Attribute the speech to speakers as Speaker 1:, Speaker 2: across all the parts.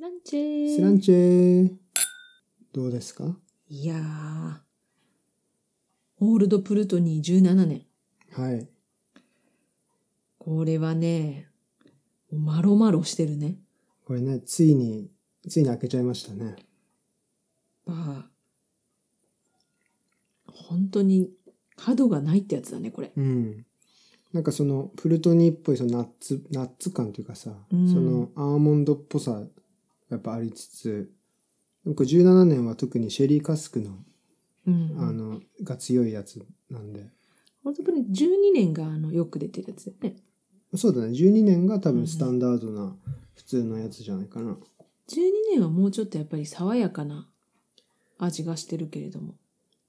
Speaker 1: ランチェ
Speaker 2: スランチェどうですか
Speaker 1: いやー、オールドプルトニー17年。
Speaker 2: はい。
Speaker 1: これはね、まろまろしてるね。
Speaker 2: これね、ついに、ついに開けちゃいましたね。
Speaker 1: まあ、本当に角がないってやつだね、これ。
Speaker 2: うん。なんかその、プルトニーっぽいそのナッツ、ナッツ感というかさ、
Speaker 1: うん
Speaker 2: そのアーモンドっぽさ、やっぱありつつ、なんか17年は特にシェリーカスクの、
Speaker 1: うん。
Speaker 2: あの、が強いやつなんで。
Speaker 1: オールドプルトニー12年があのよく出てるやつだよね。
Speaker 2: そうだね、12年が多分スタンダードな、普通のやつじゃないかな。
Speaker 1: 12年はもうちょっとやっぱり爽やかな味がしてるけれども、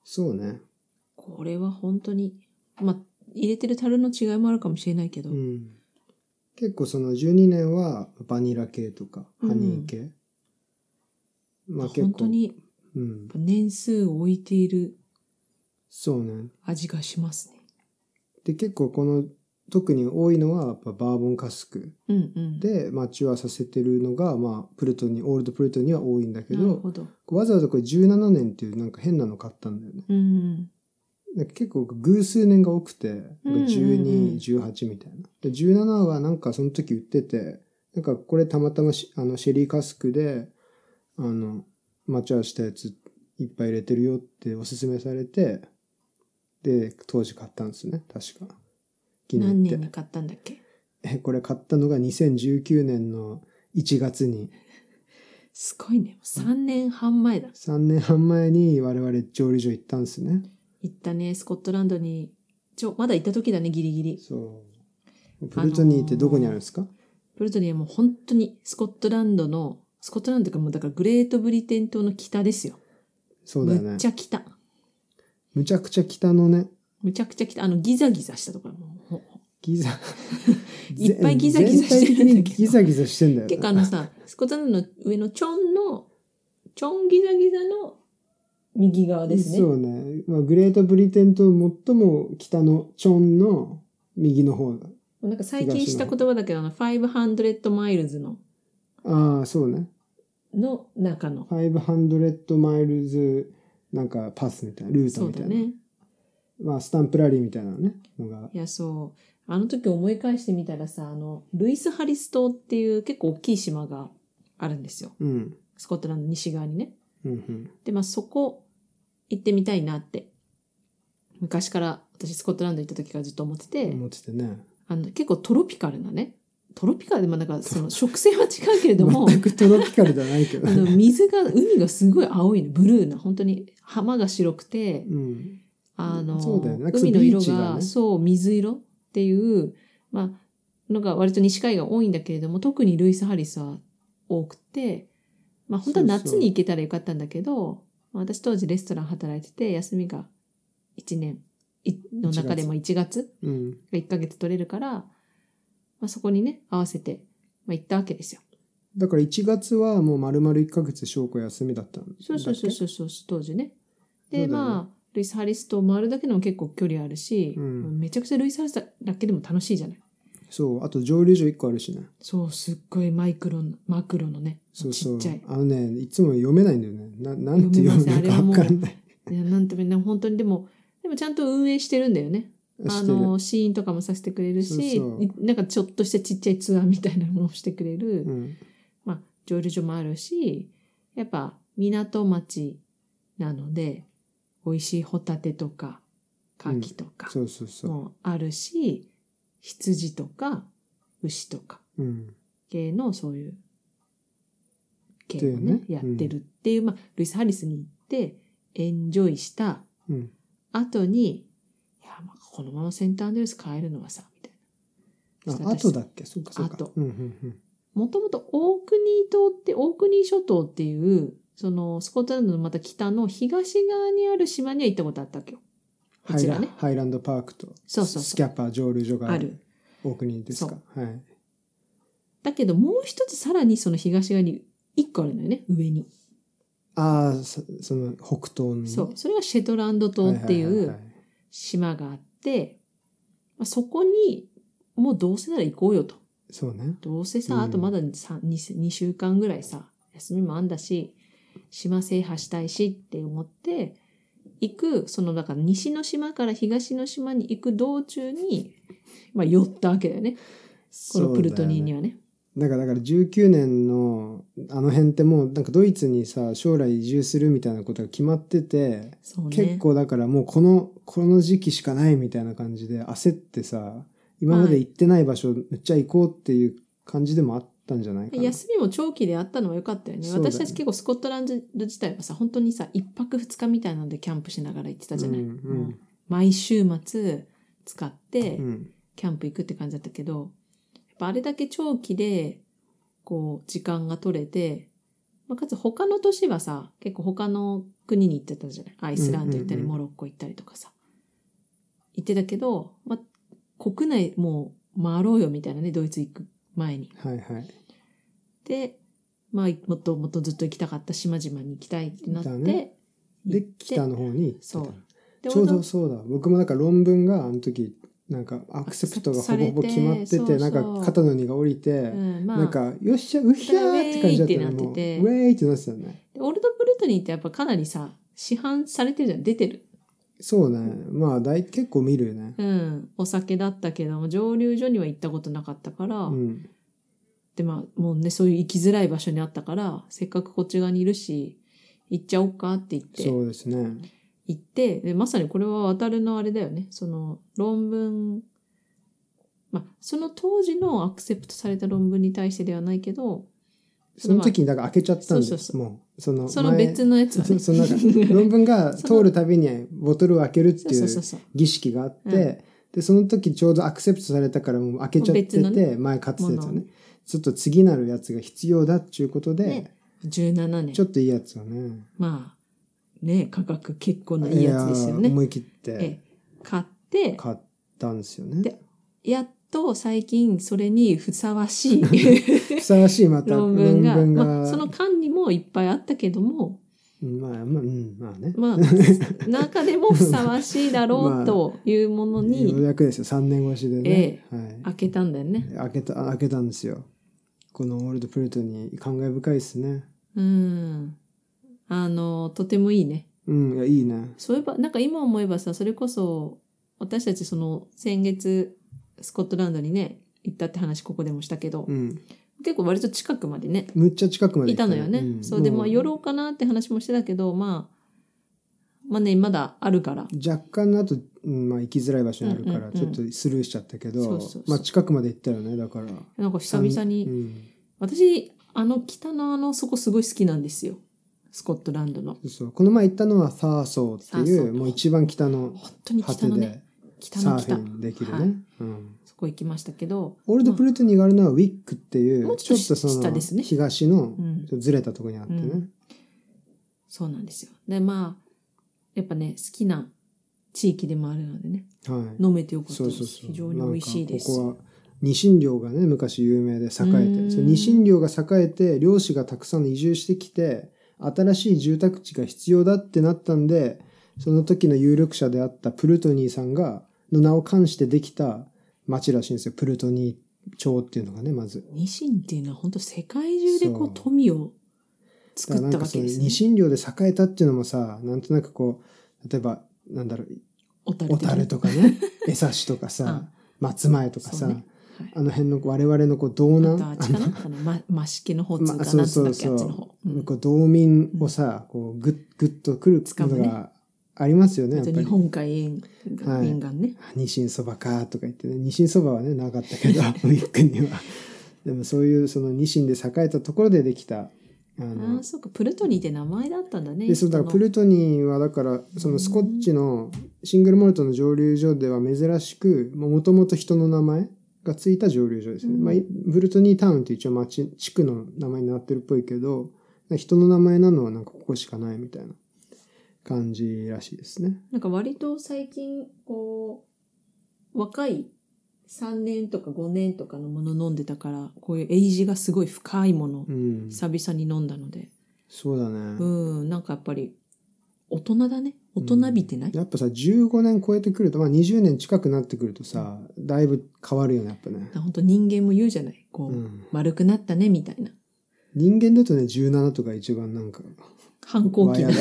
Speaker 2: そうね。
Speaker 1: これは本当に、まあ、入れてる樽の違いもあるかもしれないけど、
Speaker 2: うん。結構その12年はバニラ系とか、
Speaker 1: うん
Speaker 2: ハニー系。まあ結構。
Speaker 1: 本当にやっ
Speaker 2: うん。
Speaker 1: ぱ年数を置いている
Speaker 2: そうね。
Speaker 1: 味がしますね。
Speaker 2: で、結構この、特に多いのはやっぱバーボンカスク
Speaker 1: うんうん。
Speaker 2: で、まあ中和させてるのが、まあプルトンに、オールドプルトンには多いんだけ
Speaker 1: なる
Speaker 2: ど、
Speaker 1: ほど。
Speaker 2: わざわざこれ17年っていうなんか変なの買ったんだよね。
Speaker 1: うんうん。
Speaker 2: なんか結構偶数年が多くて、
Speaker 1: うんうん
Speaker 2: 12、18みたいな。で、17はなんかその時売ってて、なんかこれたまたましあのシェリーカスクで、あの、待ち合わせしたやついっぱい入れてるよっておすすめされて、で、当時買ったんですね、確か。気に
Speaker 1: 何
Speaker 2: 入
Speaker 1: 年
Speaker 2: って
Speaker 1: に。買ったんだっけ
Speaker 2: え、 これ買ったのが2019年の1月に、
Speaker 1: すごいね。3年半前だ。
Speaker 2: 3年半前に我々調理所行ったんですね。
Speaker 1: 行ったね、スコットランドに。ちょ、まだ行った時だね、ギリギリ。
Speaker 2: そう。プルトニーってどこにあるんですか、
Speaker 1: プルトニーはもう本当にスコットランドの、スコットランドというかもうだからグレートブリテン島の北ですよ。
Speaker 2: そうだよね。
Speaker 1: むっちゃ北。
Speaker 2: むちゃくちゃ北のね、
Speaker 1: むちゃくちゃ北。あの、ギザギザしたところもうほほ
Speaker 2: ギザ、
Speaker 1: いっぱいギザギザしてるんだけど
Speaker 2: 全体的にギザギザしてんだよ、ね。
Speaker 1: 結構あのさ、スコットランドの上のチョンの、チョンギザギザの右側ですね。
Speaker 2: そうね。まあ、グレートブリテンと最も北のチョンの右の方だ。
Speaker 1: なんか最近した言葉だけど、あの、500マイルズの、
Speaker 2: ああ、そうね。
Speaker 1: の中の。
Speaker 2: 500マイルズ、なんかパスみたいな、ルート
Speaker 1: そう
Speaker 2: みた
Speaker 1: だ
Speaker 2: いな。
Speaker 1: ね。
Speaker 2: まあ、スタンプラリーみたいなね、のが。
Speaker 1: いや、そう。あの時思い返してみたらさ、あの、ルイス・ハリス島っていう結構大きい島があるんですよ。
Speaker 2: うん。
Speaker 1: スコットランド西側にね。
Speaker 2: うんうん。
Speaker 1: で、まあそこ行ってみたいなって。昔から私スコットランド行った時からずっと思ってて、
Speaker 2: 思っててね。
Speaker 1: あの結構トロピカルなね。トロピカルでもなんか その植生は違うけれども、
Speaker 2: 全くトロピカルじゃないけど
Speaker 1: あ
Speaker 2: ね。
Speaker 1: の水が、海がすごい青いの、ブルーな、本当に浜が白くて、
Speaker 2: うん。
Speaker 1: あの、
Speaker 2: そうだよね
Speaker 1: 海の色
Speaker 2: ビーチ
Speaker 1: が、
Speaker 2: がね
Speaker 1: そう、水色っていう、まあ、のが割と西海岸多いんだけれども、特にルイス・ハリスは多くて、まあ本当は
Speaker 2: そう
Speaker 1: 夏
Speaker 2: そう
Speaker 1: に行けたらよかったんだけど、まあ私当時レストラン働いてて、休みが1年いの中でも1月
Speaker 2: うん。
Speaker 1: が1ヶ月取れるから、まあそこにね、合わせて、まあ行ったわけですよ。
Speaker 2: だから1月はもう丸々1ヶ月証拠休みだったんだっけ
Speaker 1: そうそうそうそうそう、当時ね。
Speaker 2: そうだ
Speaker 1: で、
Speaker 2: よね
Speaker 1: まあ、ルイス・ハリスと回るだけでも結構距離あるし、
Speaker 2: うん
Speaker 1: めちゃくちゃルイス・ハリスだけでも楽しいじゃない。
Speaker 2: そう。あと蒸留所1個あるしね。
Speaker 1: そう、すっごいマイクロの、マクロのね、
Speaker 2: そう
Speaker 1: ち
Speaker 2: そ
Speaker 1: っ
Speaker 2: う
Speaker 1: ちゃい。。
Speaker 2: あのね、いつも読めないんだよね。ななんて読
Speaker 1: 読めま
Speaker 2: む
Speaker 1: せんあれはも
Speaker 2: の
Speaker 1: う
Speaker 2: かわかんない。
Speaker 1: いやなんてもね、本当にでも、でもちゃんと運営してるんだよね。
Speaker 2: 知
Speaker 1: あ
Speaker 2: ってる
Speaker 1: の、シーンとかもさせてくれるし、
Speaker 2: そうそう
Speaker 1: いなんかちょっとしたちっちゃいツアーみたいなのもしてくれる、
Speaker 2: うん。
Speaker 1: まあ、蒸留所もあるし、やっぱ港町なので、美味しいホタテとか、カキとか、
Speaker 2: そうそうそ
Speaker 1: もあるし、羊とか牛とか
Speaker 2: う。うん。
Speaker 1: 系のそういう系
Speaker 2: ってい
Speaker 1: を
Speaker 2: う
Speaker 1: ね
Speaker 2: ね
Speaker 1: やってるっていう、まあ、ルイス・ハリスに行ってエンジョイした
Speaker 2: うん。
Speaker 1: 後に、いや、まあこのままセントアンドレス帰るのはさ、みたいな。
Speaker 2: あ、あとだっけそうかそうか。
Speaker 1: 後
Speaker 2: うんうんうん。
Speaker 1: もともとオークニー島って、オークニー諸島っていう、そのスコットランドのまた北の東側にある島には行ったことあったわけよ。こ
Speaker 2: ハ
Speaker 1: ち
Speaker 2: イ
Speaker 1: ら
Speaker 2: ラ
Speaker 1: ね。
Speaker 2: ハイランドパークと
Speaker 1: そうそうそう
Speaker 2: スキャパー蒸留所が
Speaker 1: あ
Speaker 2: あ
Speaker 1: る
Speaker 2: る。。大国ですか。はい。
Speaker 1: だけどもう一つさらにその東側に一個あるのよね、上に。
Speaker 2: ああ、そその北東に。
Speaker 1: そう。それがシェトランド島ってい
Speaker 2: ははは
Speaker 1: う
Speaker 2: は
Speaker 1: 島があって、まあそこにもうどうせなら行こうよと。
Speaker 2: そうね。
Speaker 1: どうせ
Speaker 2: うん
Speaker 1: さ、あとまだ 2, 2週間ぐらいさ、休みもあんだし、島制覇したいしって思って、行く、その、だから西の島から東の島に行く道中に、まあ寄ったわけだよね。このプルトニーに
Speaker 2: は。
Speaker 1: はね。
Speaker 2: だから、だから19年のあの辺ってもう、なんかドイツにさ、将来移住するみたいなことが決まってて、
Speaker 1: そうね。
Speaker 2: 結構だからもうこの、この時期しかないみたいな感じで焦ってさ、今まで行ってない場所、めっちゃ行こうっていう感じでもあったんじゃないかな。
Speaker 1: 休みも長期であったのは良かったよね
Speaker 2: そうだよね
Speaker 1: 私たち結構スコットランド自体はさ本当にさ1泊2日みたいなのでキャンプしながら行ってたじゃない、
Speaker 2: うんうん
Speaker 1: もう毎週末使って
Speaker 2: うん。
Speaker 1: キャンプ行くって感じだったけど、やっぱあれだけ長期でこう時間が取れて、まあ、かつ他の年はさ結構他の国に行ってたじゃないアイスランド行ったり
Speaker 2: うんうん
Speaker 1: モロッコ行ったりとかさ行ってたけど、まあ、国内もう回ろうよみたいなねドイツ行く前に。
Speaker 2: はいはい。
Speaker 1: で、まあ、もっともっとずっと行きたかった島々に行きたいってなって、
Speaker 2: だね
Speaker 1: 行っ
Speaker 2: で
Speaker 1: て、
Speaker 2: 北の方に行ってた
Speaker 1: そうで
Speaker 2: ちょう
Speaker 1: 小
Speaker 2: ど
Speaker 1: 田
Speaker 2: そうだ。僕もなんか論文があの時、なんかアクセプトがほぼほぼ
Speaker 1: アクセプト
Speaker 2: 決
Speaker 1: されて
Speaker 2: まってて、
Speaker 1: そうそう
Speaker 2: なんか肩の荷が下りて、
Speaker 1: うんまあ、
Speaker 2: なんか、よっしゃ、うっひゃーって感じだったよね。
Speaker 1: ウェーイってな
Speaker 2: も
Speaker 1: っ
Speaker 2: うウ
Speaker 1: て
Speaker 2: ェ
Speaker 1: て
Speaker 2: ーイってなってたよね。
Speaker 1: でオールドブルトニーってやっぱかなりさ市販されてるじゃん出てる、
Speaker 2: そうね。まあ、だい結構見るよね。
Speaker 1: うん、お酒だったけども蒸留所には行ったことなかったから、
Speaker 2: うん。
Speaker 1: でまあもうねそういう行きづらい場所にあったからせっかくこっち側にいるし行っちゃおうかって言って
Speaker 2: そうですね。
Speaker 1: 行ってでまさにこれは渡るのあれだよねその論文まあその当時のアクセプトされた論文に対してではないけど
Speaker 2: その時になんか開けちゃったん
Speaker 1: そう
Speaker 2: で
Speaker 1: そ
Speaker 2: す。
Speaker 1: う
Speaker 2: もう、その前、
Speaker 1: その別のやつは
Speaker 2: そ
Speaker 1: ね
Speaker 2: うそのなんか論文が
Speaker 1: その
Speaker 2: 通るたびにボトルを開けるってい
Speaker 1: そうそう
Speaker 2: う
Speaker 1: そう
Speaker 2: 儀式があって、
Speaker 1: うん
Speaker 2: で、その時ちょうどアクセプトされたからもう開けちゃって
Speaker 1: 別の
Speaker 2: て、前買ってたやつ
Speaker 1: も
Speaker 2: は
Speaker 1: の
Speaker 2: ね。ちょっと次なるやつが必要だっていうことで、
Speaker 1: ね17年
Speaker 2: ちょっといいやつをね。
Speaker 1: まあね価格結構ないいやつですよ
Speaker 2: いやー
Speaker 1: ね
Speaker 2: 思い切って
Speaker 1: ええ買って
Speaker 2: 買ったんですよね
Speaker 1: で。やっと最近それにふさわしい
Speaker 2: ふさわしいまた
Speaker 1: 論文が
Speaker 2: 論文が
Speaker 1: まあ、その間にもいっぱいあったけども
Speaker 2: うんまあ、まあ、うん、まあね。
Speaker 1: まあ中でもふさわしいだろうというもの
Speaker 2: よう
Speaker 1: に
Speaker 2: やくですよ、3年越しでね。はい。
Speaker 1: 開けたんだよね。
Speaker 2: 開けた、開けたんですよ。このオールドプルトに感慨深いですね。
Speaker 1: うん。あの、とてもいいね。
Speaker 2: うん、いや、いいね。
Speaker 1: そういえば、なんか今思えばさ、それこそ、私たちその、先月、スコットランドにね、行ったって話ここでもしたけど、
Speaker 2: うん。
Speaker 1: 結構割と近くまでね、
Speaker 2: むっちゃ近くまで
Speaker 1: いたのよね。
Speaker 2: ん
Speaker 1: そうで、
Speaker 2: も
Speaker 1: まあ寄ろうかなって話もしてたけど、まあ、まあね、まだあるから。
Speaker 2: 若干のあと、うんまあ、行きづらい場所にあるか
Speaker 1: うんうんう
Speaker 2: ら、
Speaker 1: ん
Speaker 2: ちょっとスルーしちゃったけど、
Speaker 1: そうそうそう
Speaker 2: まあ、近くまで行ったよね、だから。
Speaker 1: なんか久々に、
Speaker 2: うん。
Speaker 1: 私、あの北のあの、そこすごい好きなんですよ。スコットランドの。
Speaker 2: そうそう。この前行ったのはサーソーってい
Speaker 1: サー
Speaker 2: う、
Speaker 1: ソー
Speaker 2: もう一番北の
Speaker 1: 本当に
Speaker 2: 果
Speaker 1: 北
Speaker 2: て
Speaker 1: のね、
Speaker 2: で、
Speaker 1: 北
Speaker 2: サ
Speaker 1: の
Speaker 2: ーフ
Speaker 1: 北
Speaker 2: ィ。ンできるね。
Speaker 1: はい
Speaker 2: うん。
Speaker 1: そこ行きましたけど、
Speaker 2: オールドプルトニーがあるのはウィックってい
Speaker 1: もう
Speaker 2: う、
Speaker 1: ちょっと
Speaker 2: そ
Speaker 1: 下
Speaker 2: の、
Speaker 1: ですね
Speaker 2: 東の
Speaker 1: う、ん
Speaker 2: ちょっ。とずれたところにあってね。
Speaker 1: うんそうなんですよ。で、まあ、やっぱね、好きな地域でもあるのでね、
Speaker 2: はい。
Speaker 1: 飲めてよかった
Speaker 2: そう
Speaker 1: です。
Speaker 2: そうそう
Speaker 1: 非常に美味しいです。
Speaker 2: なんかここはニシン漁がね昔有名で栄えて
Speaker 1: うん
Speaker 2: そのニシン漁が栄えて漁師がたくさん移住してきて新しい住宅地が必要だってなったんでその時の有力者であったプルトニーさんがの名を冠してできた町らしいんですよプルトニー町っていうのがねまず。
Speaker 1: ニシンっていうのは本当世界中でこ
Speaker 2: そう
Speaker 1: う富を作ったわ
Speaker 2: だからなんかそ
Speaker 1: け
Speaker 2: の
Speaker 1: ですね
Speaker 2: ニ。シン漁で栄えたっていうのもさなんとなくこう例えばなんだろう
Speaker 1: 小樽
Speaker 2: 小
Speaker 1: 的な
Speaker 2: 樽とかね 江差しとかさ松前とか
Speaker 1: そ
Speaker 2: さ、
Speaker 1: うねはい
Speaker 2: あの辺の我々のこう道
Speaker 1: あと
Speaker 2: 南
Speaker 1: はあっち かなあの、ま、マシケの方っつう
Speaker 2: まあ
Speaker 1: か、
Speaker 2: そう
Speaker 1: なんつ
Speaker 2: そ
Speaker 1: うんだ
Speaker 2: う
Speaker 1: っけ、
Speaker 2: そ
Speaker 1: あ
Speaker 2: う
Speaker 1: っちの方。うん
Speaker 2: こう道民をさ、こうグッグッとくる
Speaker 1: 掴む
Speaker 2: のがありますよね
Speaker 1: あ
Speaker 2: やっ
Speaker 1: と
Speaker 2: ぱ
Speaker 1: 日
Speaker 2: り。
Speaker 1: 本海沿岸
Speaker 2: はい
Speaker 1: 沿岸ね。
Speaker 2: ニシンそばかとか言ってねニシンそばはねなかったけ どウィックには。でもそういうそのニシンで栄えたところでできた。あ
Speaker 1: あ
Speaker 2: の
Speaker 1: あ、そうか、プルトニーって名前だったんだね。
Speaker 2: でそうだからプルトニーはだからそのスコッチのシングルモルトの蒸留所では珍しくもともと人の名前がついた蒸留所ですね、
Speaker 1: うん
Speaker 2: まあ、いプルトニータウンって一応町地区の名前になってるっぽいけど人の名前なのはなんかここしかないみたいな感じらしいですね
Speaker 1: なんか割と最近、こう、若い3年とか5年とかのもの飲んでたから、こういうエイジがすごい深いもの、
Speaker 2: うん
Speaker 1: 久々に飲んだので、
Speaker 2: そうだ
Speaker 1: う
Speaker 2: ね、
Speaker 1: ん、なんかやっぱり、大人だね。大人びてない、
Speaker 2: やっぱさ15年超えてくると、まあ、20年近くなってくるとさだいぶ変わるよねやっぱね
Speaker 1: 本当人間も言うじゃないこう、
Speaker 2: うん
Speaker 1: 丸くなったね、みたいな。
Speaker 2: 人間だとね、17とか一番なんか、
Speaker 1: 反抗
Speaker 2: わ
Speaker 1: 期
Speaker 2: や
Speaker 1: の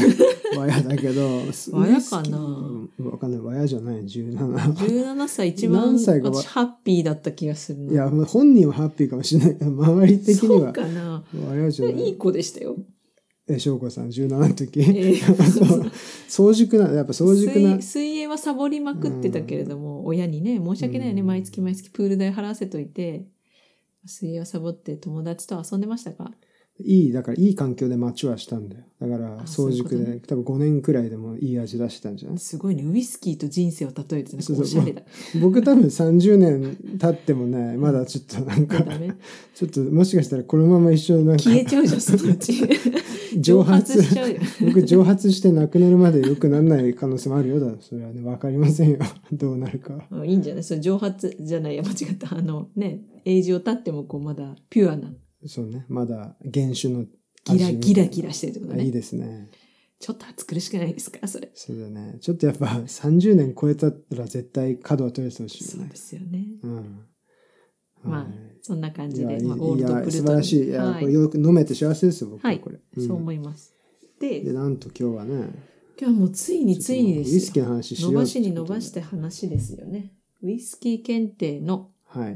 Speaker 2: だ。わやだけ ど、
Speaker 1: わやかな
Speaker 2: うんわかんない。わやじゃない、17。
Speaker 1: 17歳一番
Speaker 2: 何歳が
Speaker 1: 私ハッピーだった気がするない
Speaker 2: や、まあ本人はハッピーかもしれないけど、周り的に
Speaker 1: そ
Speaker 2: は
Speaker 1: う、かな
Speaker 2: わやじゃない
Speaker 1: い
Speaker 2: い。
Speaker 1: い子でしたよ、
Speaker 2: え、翔子さん、17の時。
Speaker 1: え
Speaker 2: そう早熟な、やっぱ早熟な
Speaker 1: 水。水泳はサボりまくってたけれども、親にね申し訳ないよね、
Speaker 2: うん
Speaker 1: 毎月毎月プール代払わせといて水泳はサボって友達と遊んでましたか
Speaker 2: いい、だからいい環境でマチュアしたんだよ。だか
Speaker 1: あ
Speaker 2: ら、早熟
Speaker 1: そういう
Speaker 2: で、多分5年くらいでもいい味出してたんじゃない
Speaker 1: すごいねウイスキーと人生を例えてなんか
Speaker 2: そうそう
Speaker 1: おしゃれ だ
Speaker 2: 僕多分30年経ってもね、まだちょっとなん
Speaker 1: な
Speaker 2: か
Speaker 1: ん、かね
Speaker 2: ちょっともしかしたらこのまま一緒になんか
Speaker 1: 消えちゃうじゃんそのうち
Speaker 2: 蒸発
Speaker 1: しちゃうよ
Speaker 2: 僕蒸発してなくなるまで良くならない可能性もあるよだそれはね分かりませんよ どうなるか
Speaker 1: うんいいんじゃないそれ蒸発じゃないや間違ったあのねエイジを経ってもこうまだピュアな
Speaker 2: そうねまだ原酒の
Speaker 1: ギラギラギ
Speaker 2: ラ
Speaker 1: ラしてるってこと
Speaker 2: いい
Speaker 1: ね
Speaker 2: ですね
Speaker 1: ちょっと暑苦しくないですかそれ
Speaker 2: そうだねちょっとやっぱ30年超えたら絶対角は取れてほしい
Speaker 1: そ
Speaker 2: よ
Speaker 1: う
Speaker 2: ね
Speaker 1: ですよね
Speaker 2: うん
Speaker 1: まあ
Speaker 2: はい
Speaker 1: そんな感
Speaker 2: い
Speaker 1: じ
Speaker 2: や
Speaker 1: で、
Speaker 2: い
Speaker 1: まあ、オール
Speaker 2: いや
Speaker 1: ドプルトン
Speaker 2: 素晴らしいいや、
Speaker 1: は
Speaker 2: これよく飲めて幸せですよ僕
Speaker 1: は
Speaker 2: はいこれ、
Speaker 1: そう思
Speaker 2: い
Speaker 1: います。で、
Speaker 2: で
Speaker 1: 今
Speaker 2: なんと今日はね
Speaker 1: 日はもうついについにで
Speaker 2: ウイス
Speaker 1: す
Speaker 2: キー
Speaker 1: よ。
Speaker 2: の話し
Speaker 1: 伸
Speaker 2: よう
Speaker 1: ば
Speaker 2: って
Speaker 1: し
Speaker 2: こと
Speaker 1: に
Speaker 2: で
Speaker 1: 伸ばして話ですよね。ウイスキー検定の
Speaker 2: は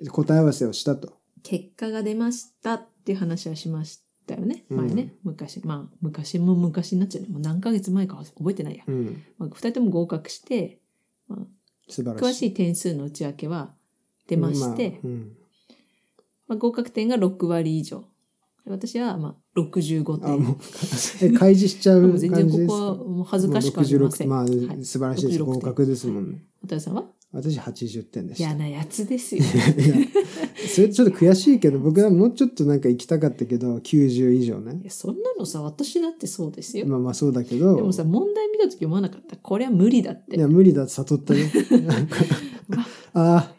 Speaker 2: い答え合わせをしたと
Speaker 1: 結果が出ましたっていう話はしましたよね。
Speaker 2: うん
Speaker 1: 前ね、昔、まあ昔も昔になっちゃうね。もう何ヶ月前か覚えてないや。
Speaker 2: うん
Speaker 1: まあ、2人とも合格して、
Speaker 2: 素晴らしい
Speaker 1: 詳しい点数の内訳は出まして、
Speaker 2: うんうん
Speaker 1: まあ、合格点が6割以上。私はまあ65
Speaker 2: あ
Speaker 1: 点。
Speaker 2: もう え開示しちゃう
Speaker 1: も
Speaker 2: 感
Speaker 1: う
Speaker 2: じ
Speaker 1: 全
Speaker 2: ですか
Speaker 1: 然ここはもう恥ずかしくありません。
Speaker 2: ま
Speaker 1: は
Speaker 2: あ、
Speaker 1: い
Speaker 2: 素晴らしいです
Speaker 1: 66点
Speaker 2: 合格ですもんね
Speaker 1: お父さんは
Speaker 2: 私80点でした
Speaker 1: 嫌なやつですよ。
Speaker 2: いや それちょっと悔しい けど僕はもうちょっとなんか行きたかったけど90以上ね
Speaker 1: いやそんなのさ私だってそうですよ、
Speaker 2: まあまあそうだけど
Speaker 1: でもさ問題見た時思わなかったこれは無理だって
Speaker 2: いや無理だって悟っ たねなんかあ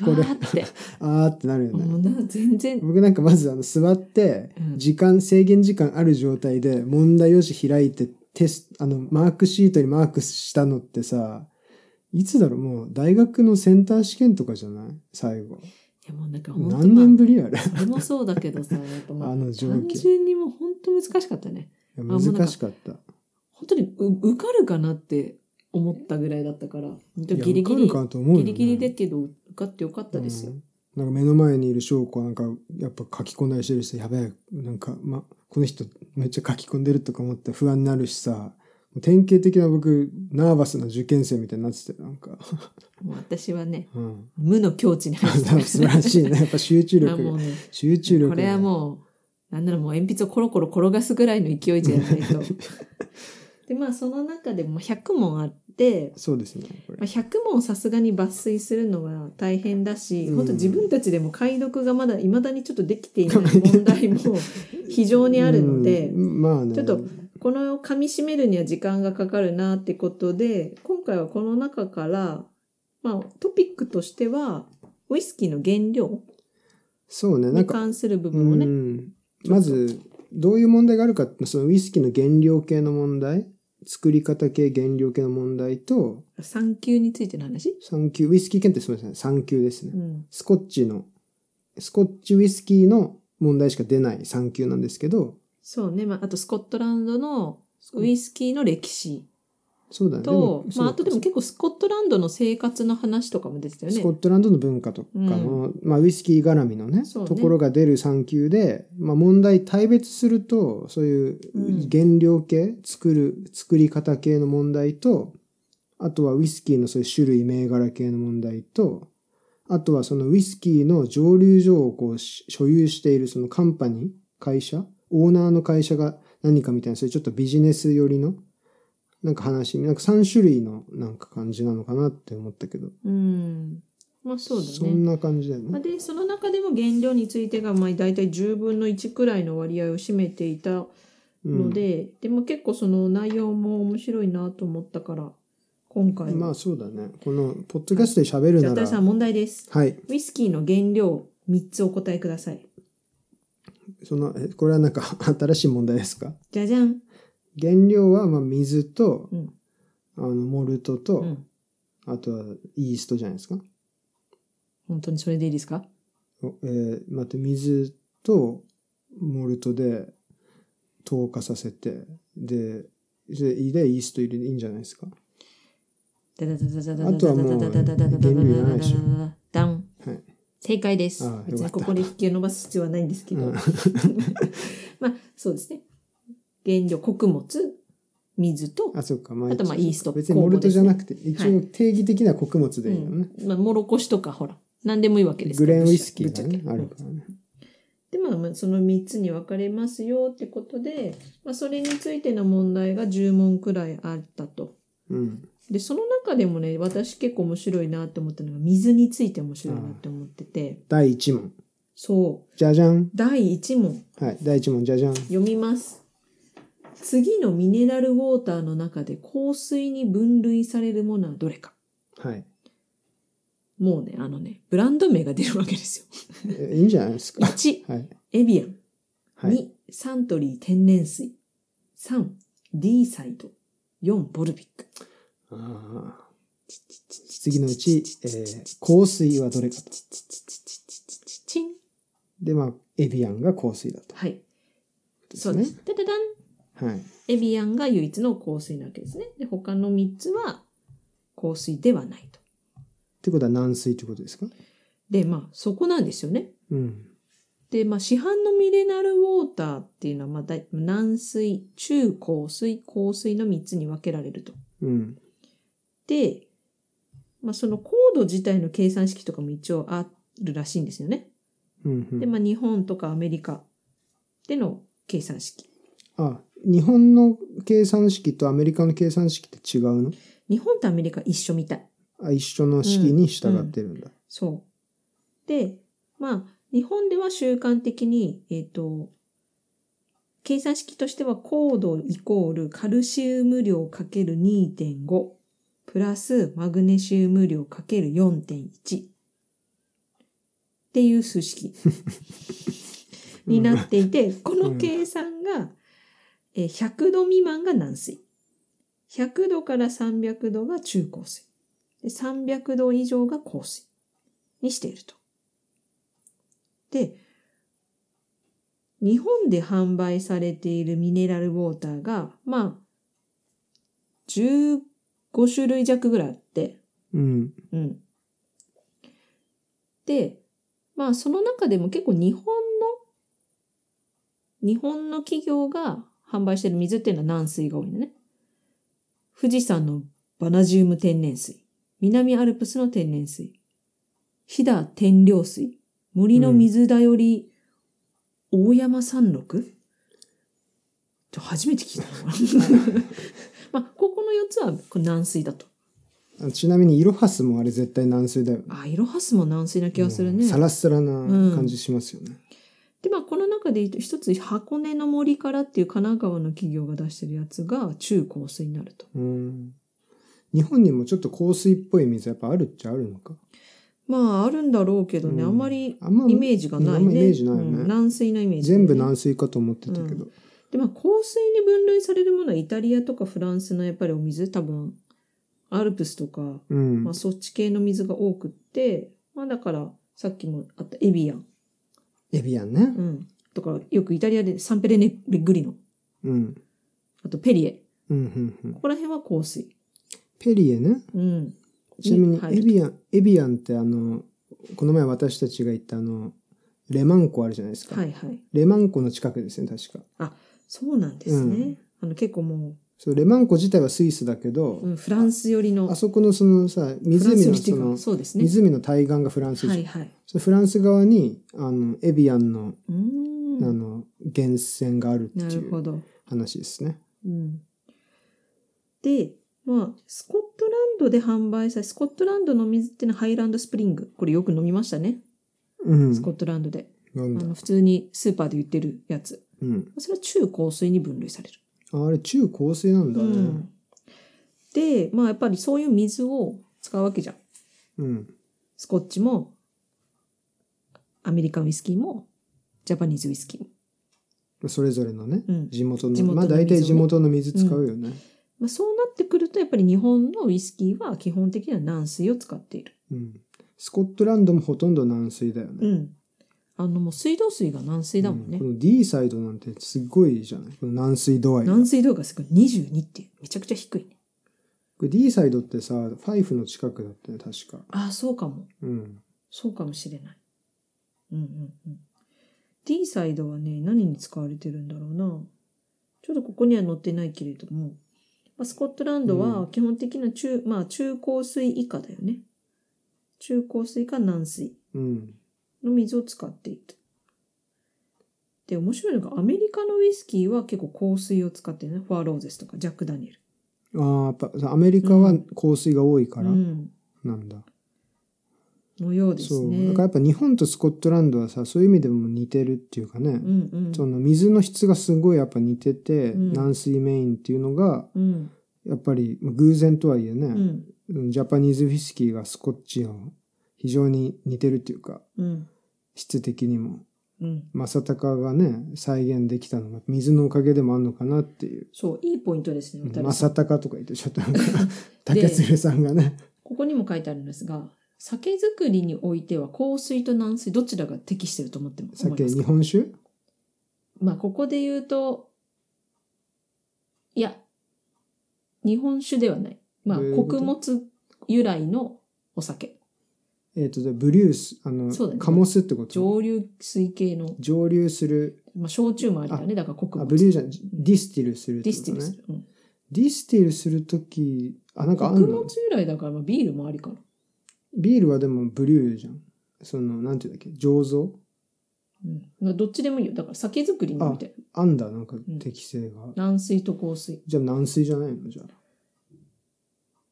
Speaker 1: う
Speaker 2: これ
Speaker 1: わーって
Speaker 2: ーあーってなるよね
Speaker 1: もうな全然
Speaker 2: 僕なんかまずあの座って
Speaker 1: うん
Speaker 2: 時間制限時間ある状態で問題用紙開いてテストあのマークシートにマークしたのってさいつだろうもう大学のセンター試験とかじゃない最後
Speaker 1: いやもうなんか本当
Speaker 2: 何
Speaker 1: まあ
Speaker 2: 年ぶりあれい
Speaker 1: それもそうだけどさやっぱまあ
Speaker 2: あの状況
Speaker 1: 単純にもう本当難しかったね
Speaker 2: や
Speaker 1: もうなんか
Speaker 2: 難しかった
Speaker 1: 本当にう受かるかなって思ったぐらいだったから本当
Speaker 2: いや
Speaker 1: ギリギリ、
Speaker 2: 受かるかと思うよ
Speaker 1: ギ
Speaker 2: ね
Speaker 1: リギリだけど受かってよかったですよ、
Speaker 2: うんなんか目の前にいる証拠はなんかやっぱ書き込んだりしてるしやべえなんか、ま、この人めっちゃ書き込んでるとか思って不安になるしさ典型的な僕ナーバスな受験生みたいになっててなんか、
Speaker 1: もう私はね
Speaker 2: うん、
Speaker 1: 無の境地に入ってた
Speaker 2: あ 素晴らしい ね。やっぱ集中
Speaker 1: あも
Speaker 2: 力
Speaker 1: う
Speaker 2: が。
Speaker 1: ね
Speaker 2: 集中力が。
Speaker 1: これはもう、なんならもう鉛筆をコロコロ転がすぐらいの勢いじゃない と。で、まあその中でも100問あって、
Speaker 2: そうですね。こ
Speaker 1: まあ、
Speaker 2: れ
Speaker 1: 100問さすがに抜粋するのは大変だし、
Speaker 2: うん
Speaker 1: 本当自分たちでも解読がまだ未だにちょっとできて いない問題も 非常にあるので、
Speaker 2: うんまあね。
Speaker 1: ちょっとこのを噛み締めるには時間がかかるなってことで、今回はこの中から、まあトピックとしては、ウイスキーの原料
Speaker 2: そうね。
Speaker 1: に
Speaker 2: なんか、
Speaker 1: 関する部
Speaker 2: う
Speaker 1: 分をね、
Speaker 2: ん。まず、どういう問題があるかって、そのウイスキーの原料系の問題、作り方系、原料系の問題と、
Speaker 1: 産休についての話
Speaker 2: 三級、ウイスキー検定、すみません。三級ですね。
Speaker 1: うん、
Speaker 2: スコッチの、スコッチウイスキーの問題しか出ない三級なんですけど、
Speaker 1: そうね、まあ、あとスコットランドのウイスキーの歴史
Speaker 2: そうだね。
Speaker 1: と、
Speaker 2: でも
Speaker 1: まあ、あとでも結構スコットランドの生活の話とかも出てたよ
Speaker 2: スコッ
Speaker 1: ね。
Speaker 2: トランドの文化とかの、まあ、ウイスキー絡みのね
Speaker 1: そうね
Speaker 2: ところが出る産級で、まあ、問題大別するとそういう
Speaker 1: うん
Speaker 2: 原料系、作る作り方系の問題とあとはウイスキーのそういう種類銘柄系の問題とあとはそのウイスキーの蒸留所をこうし所有しているそのカンパニー会社オーナーの会社が何かみたいなそういうちょっとビジネス寄りのなんか話なんか3種類のなんか感じなのかなって思ったけど。
Speaker 1: うん。まあそうだ
Speaker 2: ん
Speaker 1: ね。
Speaker 2: な感じだよ
Speaker 1: まあ
Speaker 2: ね。
Speaker 1: で、その中でも原料についてが、まあ大体10分の1くらいの割合を占めていたので、でも結構その内容も面白いなと思ったから、今
Speaker 2: う
Speaker 1: 回
Speaker 2: ん、ま
Speaker 1: は。
Speaker 2: あそうだね。このポッドキャストで喋る
Speaker 1: じゃあ、
Speaker 2: な
Speaker 1: 大地さ
Speaker 2: ら、
Speaker 1: ん問題です。
Speaker 2: はい。
Speaker 1: ウイスキーの原料3つお答えください。
Speaker 2: そのえこれはなんか 新しい問題ですか。
Speaker 1: じゃじゃん。
Speaker 2: 原料はまあ水と
Speaker 1: うん。
Speaker 2: あのモルトと、
Speaker 1: うん。
Speaker 2: あとはイーストじゃないですか。
Speaker 1: 本当にそれでいいですか
Speaker 2: おえー、待って水とモルトで糖化させて、で、で、でイースト入れていいんじゃないですか。とはもう原理ないでしょ
Speaker 1: ダン
Speaker 2: はい。
Speaker 1: 正解です
Speaker 2: ああ。
Speaker 1: 別に
Speaker 2: よかった
Speaker 1: ここで引きを伸ばす必要はないんですけど。
Speaker 2: うん
Speaker 1: まあ、そうですね。原料、穀物、水と、
Speaker 2: あ、そっか。ま
Speaker 1: あとまあイースト
Speaker 2: 別にモルトじゃなくて、一
Speaker 1: は
Speaker 2: 応定義的な穀物でいいのね。
Speaker 1: うんまあ、もろこしとかほら、何でもいいわけです
Speaker 2: グ
Speaker 1: けど
Speaker 2: レーンウイスキー
Speaker 1: ぶっちゃ
Speaker 2: が
Speaker 1: け
Speaker 2: ね、あるからね。
Speaker 1: で、まあまあ、その3つに分かれますよってことで、まあ、それについての問題が10問くらいあったと。
Speaker 2: うん。
Speaker 1: で、その中でもね、私結構面白いなって思ったのが、水について面白いなって思ってて、
Speaker 2: 第1問。
Speaker 1: そう、
Speaker 2: じゃじゃん。
Speaker 1: 第1問。
Speaker 2: はい。第1問、じゃじゃん。
Speaker 1: 読みます。次のミネラルウォーターの中で香水に分類されるものはどれか。
Speaker 2: はい。
Speaker 1: もうね、あのね、ブランド名が出るわけです よ。
Speaker 2: えいいんじゃないですか。
Speaker 1: 1、
Speaker 2: はい。
Speaker 1: エビアン。
Speaker 2: はい。
Speaker 1: 2、サントリー天然水。3、D サイド。4、ボルビック。
Speaker 2: ああ。次のうち、えー、香水はどれかと。
Speaker 1: チン。
Speaker 2: で、まあ、エビアンが香水だと。
Speaker 1: はい。
Speaker 2: です
Speaker 1: そうです。ダダダン。
Speaker 2: はい。
Speaker 1: エビアンが唯一の香水なわけですね。で、他の3つは香水ではないと。
Speaker 2: ってことは軟水ってことですか
Speaker 1: で、まあ、そこなんですよね。
Speaker 2: うん。
Speaker 1: で、まあ、市販のミネラルウォーターっていうのは、まあ、だい軟水、中硬水、硬水の3つに分けられると。
Speaker 2: うん。
Speaker 1: で、まあ、その高度自体の計算式とかも一応あるらしいんですよね。
Speaker 2: うん、う
Speaker 1: で、
Speaker 2: ん。
Speaker 1: まあ、日本とかアメリカでの計算式。
Speaker 2: あ、日本の計算式とアメリカの計算式って違うの
Speaker 1: 日本とアメリカ一緒みたい。
Speaker 2: あ一緒の式に従ってるんだ。
Speaker 1: そう。で、まあ、日本では習慣的に、えっ、と、計算式としては高度イコールカルシウム量 ×2.5 プラスマグネシウム量 ×4.1 っていう数式になっていて、この計算が、えー100度未満が軟水。100度から300度が中硬水。で300度以上が硬水にしていると。で、日本で販売されているミネラルウォーターが、まあ、15種類弱ぐらいあって、
Speaker 2: うん。
Speaker 1: うん。で、まあその中でも結構日本の、日本の企業が販売してる水っていうのは軟水が多いんだね。富士山のバナジウム天然水、南アルプスの天然水、飛騨天領水、森の水だより、大山山麓ちょ初めて聞いたな。 まあ、ここの4つはこれ軟水だと。
Speaker 2: あちなみに、イロハスもあれ絶対軟水だよね。
Speaker 1: あ、イロハスも軟水な気がするね。
Speaker 2: サラッサラな感じしますよね。
Speaker 1: で、まあ、この中で一つ、箱根の森からっていう神奈川の企業が出してるやつが中硬水になると。
Speaker 2: うん。日本にもちょっと香水っぽい水やっぱあるっちゃあるのか。
Speaker 1: まあ、あるんだろうけどね、
Speaker 2: うん
Speaker 1: あんまり
Speaker 2: あんま
Speaker 1: イメージがないね。
Speaker 2: あんまイメージないよね
Speaker 1: うん軟水のイメージ、
Speaker 2: 全部軟水かと思ってたけど。
Speaker 1: で、まあ、香水に分類されるものはイタリアとかフランスのやっぱりお水、多分、アルプスとか、
Speaker 2: うん。
Speaker 1: まあ、そっち系の水が多くって、まあ、だから、さっきもあったエビアン。
Speaker 2: エビアンね
Speaker 1: う。ん。とか、よくイタリアでサンペレネグリノ。
Speaker 2: うん。
Speaker 1: あと、ペリエ。
Speaker 2: うん、うん、うん
Speaker 1: こ。こら辺は香水。
Speaker 2: ペリエね。
Speaker 1: うん。
Speaker 2: ちなみに
Speaker 1: に入る
Speaker 2: エビアン、エビアンってあの、この前私たちが行ったあの、レマン湖あるじゃないですか。
Speaker 1: はいはい。
Speaker 2: レマン湖の近くですね、確か。
Speaker 1: そうなんですね。
Speaker 2: うん
Speaker 1: あの結構も
Speaker 2: そう、レマン湖自体はスイスだけど、
Speaker 1: う、うん、フランス寄りの、
Speaker 2: あそこのそのさ、
Speaker 1: フランス
Speaker 2: 湖
Speaker 1: 寄
Speaker 2: の
Speaker 1: りってい
Speaker 2: そう
Speaker 1: か
Speaker 2: の、
Speaker 1: そうですね。
Speaker 2: 湖の対岸がフランスじゃん
Speaker 1: はいはい。
Speaker 2: そのフランス側に、あの、エビアンの、
Speaker 1: うーん。
Speaker 2: あの、源泉があるって
Speaker 1: ないるほ
Speaker 2: う
Speaker 1: ど。
Speaker 2: 話ですね。
Speaker 1: うん。で、まあ、スコットランドで販売され、スコットランドの水っていうのはハイランドスプリング。これよく飲みましたね。
Speaker 2: うん。
Speaker 1: スコットランドで。
Speaker 2: なん
Speaker 1: あ
Speaker 2: だ。
Speaker 1: の普通にスーパーで売ってるやつ。
Speaker 2: うん。
Speaker 1: それは中硬水に分類される。
Speaker 2: ああれ、中高水なんだ
Speaker 1: う
Speaker 2: ね
Speaker 1: ん。、で、まあやっぱりそういう水を使うわけじゃん。
Speaker 2: うん。
Speaker 1: スコッチも、アメリカンウイスキーも、ジャパニーズウイスキーも。
Speaker 2: それぞれのね、
Speaker 1: うん
Speaker 2: 地元の、
Speaker 1: 地元の水をね
Speaker 2: まあ大体地元の水使うよね。
Speaker 1: まあ、そうなってくると、やっぱり日本のウイスキーは基本的には軟水を使っている。
Speaker 2: うん、スコットランドもほとんど軟水だよ
Speaker 1: う
Speaker 2: ね。
Speaker 1: ん。あのもう水道水が軟水だもんね
Speaker 2: こ。の D サイドなんてすごいじゃないこの軟水度合いが。こ
Speaker 1: 軟水道がすごい22っていうめちゃくちゃ低いね。
Speaker 2: れ D サイドってさ、ファイフの近くだったよね、確か。
Speaker 1: ああ、そうかも。
Speaker 2: うん。
Speaker 1: そうかもしれない。うんうんうん。D サイドはね、何に使われてるんだろうな。ちょっとここには載ってないけれども、まあ、スコットランドは基本的な中、まあ中高水以下だよね。中高水か軟水
Speaker 2: うん。
Speaker 1: の水を使っている。で、面白いのがアメリカのウイスキーは結構香水を使ってるね。ファーローゼスとかジャック・ダニエル。
Speaker 2: ああ、やっぱアメリカは香水が多いか
Speaker 1: う
Speaker 2: ら
Speaker 1: ん。
Speaker 2: なんだ。
Speaker 1: のようです
Speaker 2: そう。
Speaker 1: ね。
Speaker 2: だからやっぱ日本とスコットランドはさ、そういう意味でも似てるっていうかね。
Speaker 1: うんうん。
Speaker 2: その水の質がすごいやっぱ似てて、
Speaker 1: うん
Speaker 2: 軟水メインっていうのが、
Speaker 1: うん。
Speaker 2: やっぱりまあ偶然とはいえ
Speaker 1: う
Speaker 2: ね、
Speaker 1: ん。
Speaker 2: ジャパニーズウイスキーがスコッチの非常に似てるっていうか、
Speaker 1: うん。
Speaker 2: 質的にも。
Speaker 1: うん。
Speaker 2: 正隆がね、再現できたのが水のおかげでもあるのかなっていう。
Speaker 1: そう、いいポイントですね、渡辺さん
Speaker 2: 正隆とか言ってちょっ となんか、竹鶴さんがね。
Speaker 1: ここにも書いてあるんですが、酒造りにおいては香水と軟水どちらが適してると思っても思い
Speaker 2: 酒、
Speaker 1: ます
Speaker 2: 日
Speaker 1: か
Speaker 2: 本酒
Speaker 1: まあ、ここで言うと、いや、日本酒ではない。まあ、
Speaker 2: どういうこと
Speaker 1: 穀物由来のお酒。
Speaker 2: えっ、と、でブリュース、あの、
Speaker 1: そうだね
Speaker 2: カモスってこと
Speaker 1: 蒸留水系の、
Speaker 2: 蒸留する、
Speaker 1: まあ、焼酎もあるからね、だから穀
Speaker 2: あ、
Speaker 1: 物。
Speaker 2: ブリューじゃん、ディスティルするっ
Speaker 1: ディ
Speaker 2: てこ
Speaker 1: ステ
Speaker 2: と
Speaker 1: ィルす
Speaker 2: ね。
Speaker 1: る。うん
Speaker 2: ディスティルするとき、あ、なんかあん
Speaker 1: 穀
Speaker 2: の
Speaker 1: 物由来だから、まあ、ビールもありかな。
Speaker 2: ビールはでもブリューじゃん。その、なんていうんだっけ、醸造
Speaker 1: うんまあ。どっちでもいいよ。だから酒造りにおいて。
Speaker 2: あんだ、なんか適性が。
Speaker 1: 軟水と香水。
Speaker 2: じゃあ軟水じゃないのじゃ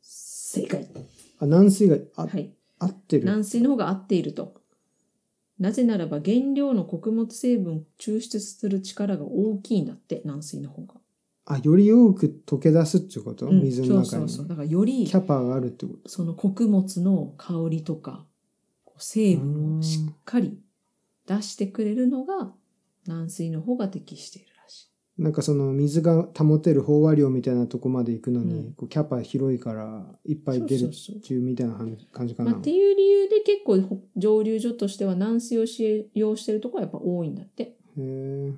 Speaker 1: 正解。
Speaker 2: あ。あ、軟水が、あ、
Speaker 1: はい。
Speaker 2: 合ってる。
Speaker 1: 軟水の方が合っていると。なぜならば原料の穀物成分を抽出する力が大きいんだって、軟水の方が。
Speaker 2: あ、より多く溶け出すっていうこと、
Speaker 1: うん
Speaker 2: 水
Speaker 1: そ
Speaker 2: の中
Speaker 1: うそ
Speaker 2: に。
Speaker 1: うそう。だからより
Speaker 2: キ、ャパがあるってこと。
Speaker 1: その穀物の香りとか、こう成分をしっかり出してくれるのが、軟水の方が適しているらし
Speaker 2: なんかその水が保てる飽和量みたいなとこまで行くのに、
Speaker 1: うん
Speaker 2: こうキャパ広いからいっぱい出るっていうみたいな感じ感じ
Speaker 1: い。
Speaker 2: かな。
Speaker 1: まあ、っていう理由で結構ほ蒸留所としては軟水を使用しているところはやっぱ多いんだって。
Speaker 2: へえ。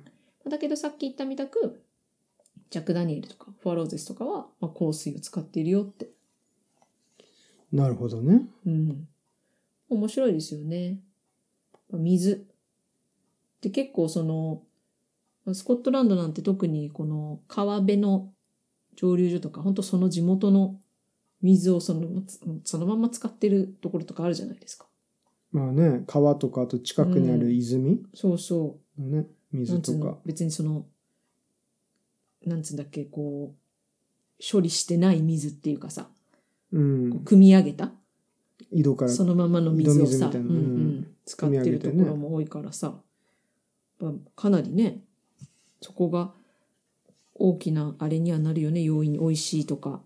Speaker 1: だけどさっき言ったみたく、ジャック・ダニエルとかフォアローゼスとかは、まあ、香水を使っているよって。
Speaker 2: なるほどね。
Speaker 1: うん。面白いですよね。まあ水。で、結構その、まあスコットランドなんて特にこの川辺の蒸留所とか、本当その地元の水をそのままつそのまま使ってるところとかあるじゃないですか。
Speaker 2: まあね、川とかあと近くにある泉
Speaker 1: そうそう。
Speaker 2: のね、
Speaker 1: な
Speaker 2: 水
Speaker 1: んつう
Speaker 2: と
Speaker 1: の
Speaker 2: か。
Speaker 1: 別にそのなんつうんだっけこう処理してない水っていうかさ
Speaker 2: うん。
Speaker 1: 汲み上げた、
Speaker 2: 井戸から。
Speaker 1: そのままの水を
Speaker 2: 井戸水
Speaker 1: さ
Speaker 2: みたいな
Speaker 1: うんう
Speaker 2: うん
Speaker 1: ん、使ってるところも多いからさ、まあかなりねそこが大きなあれにはなるよね要因に美味しいとか、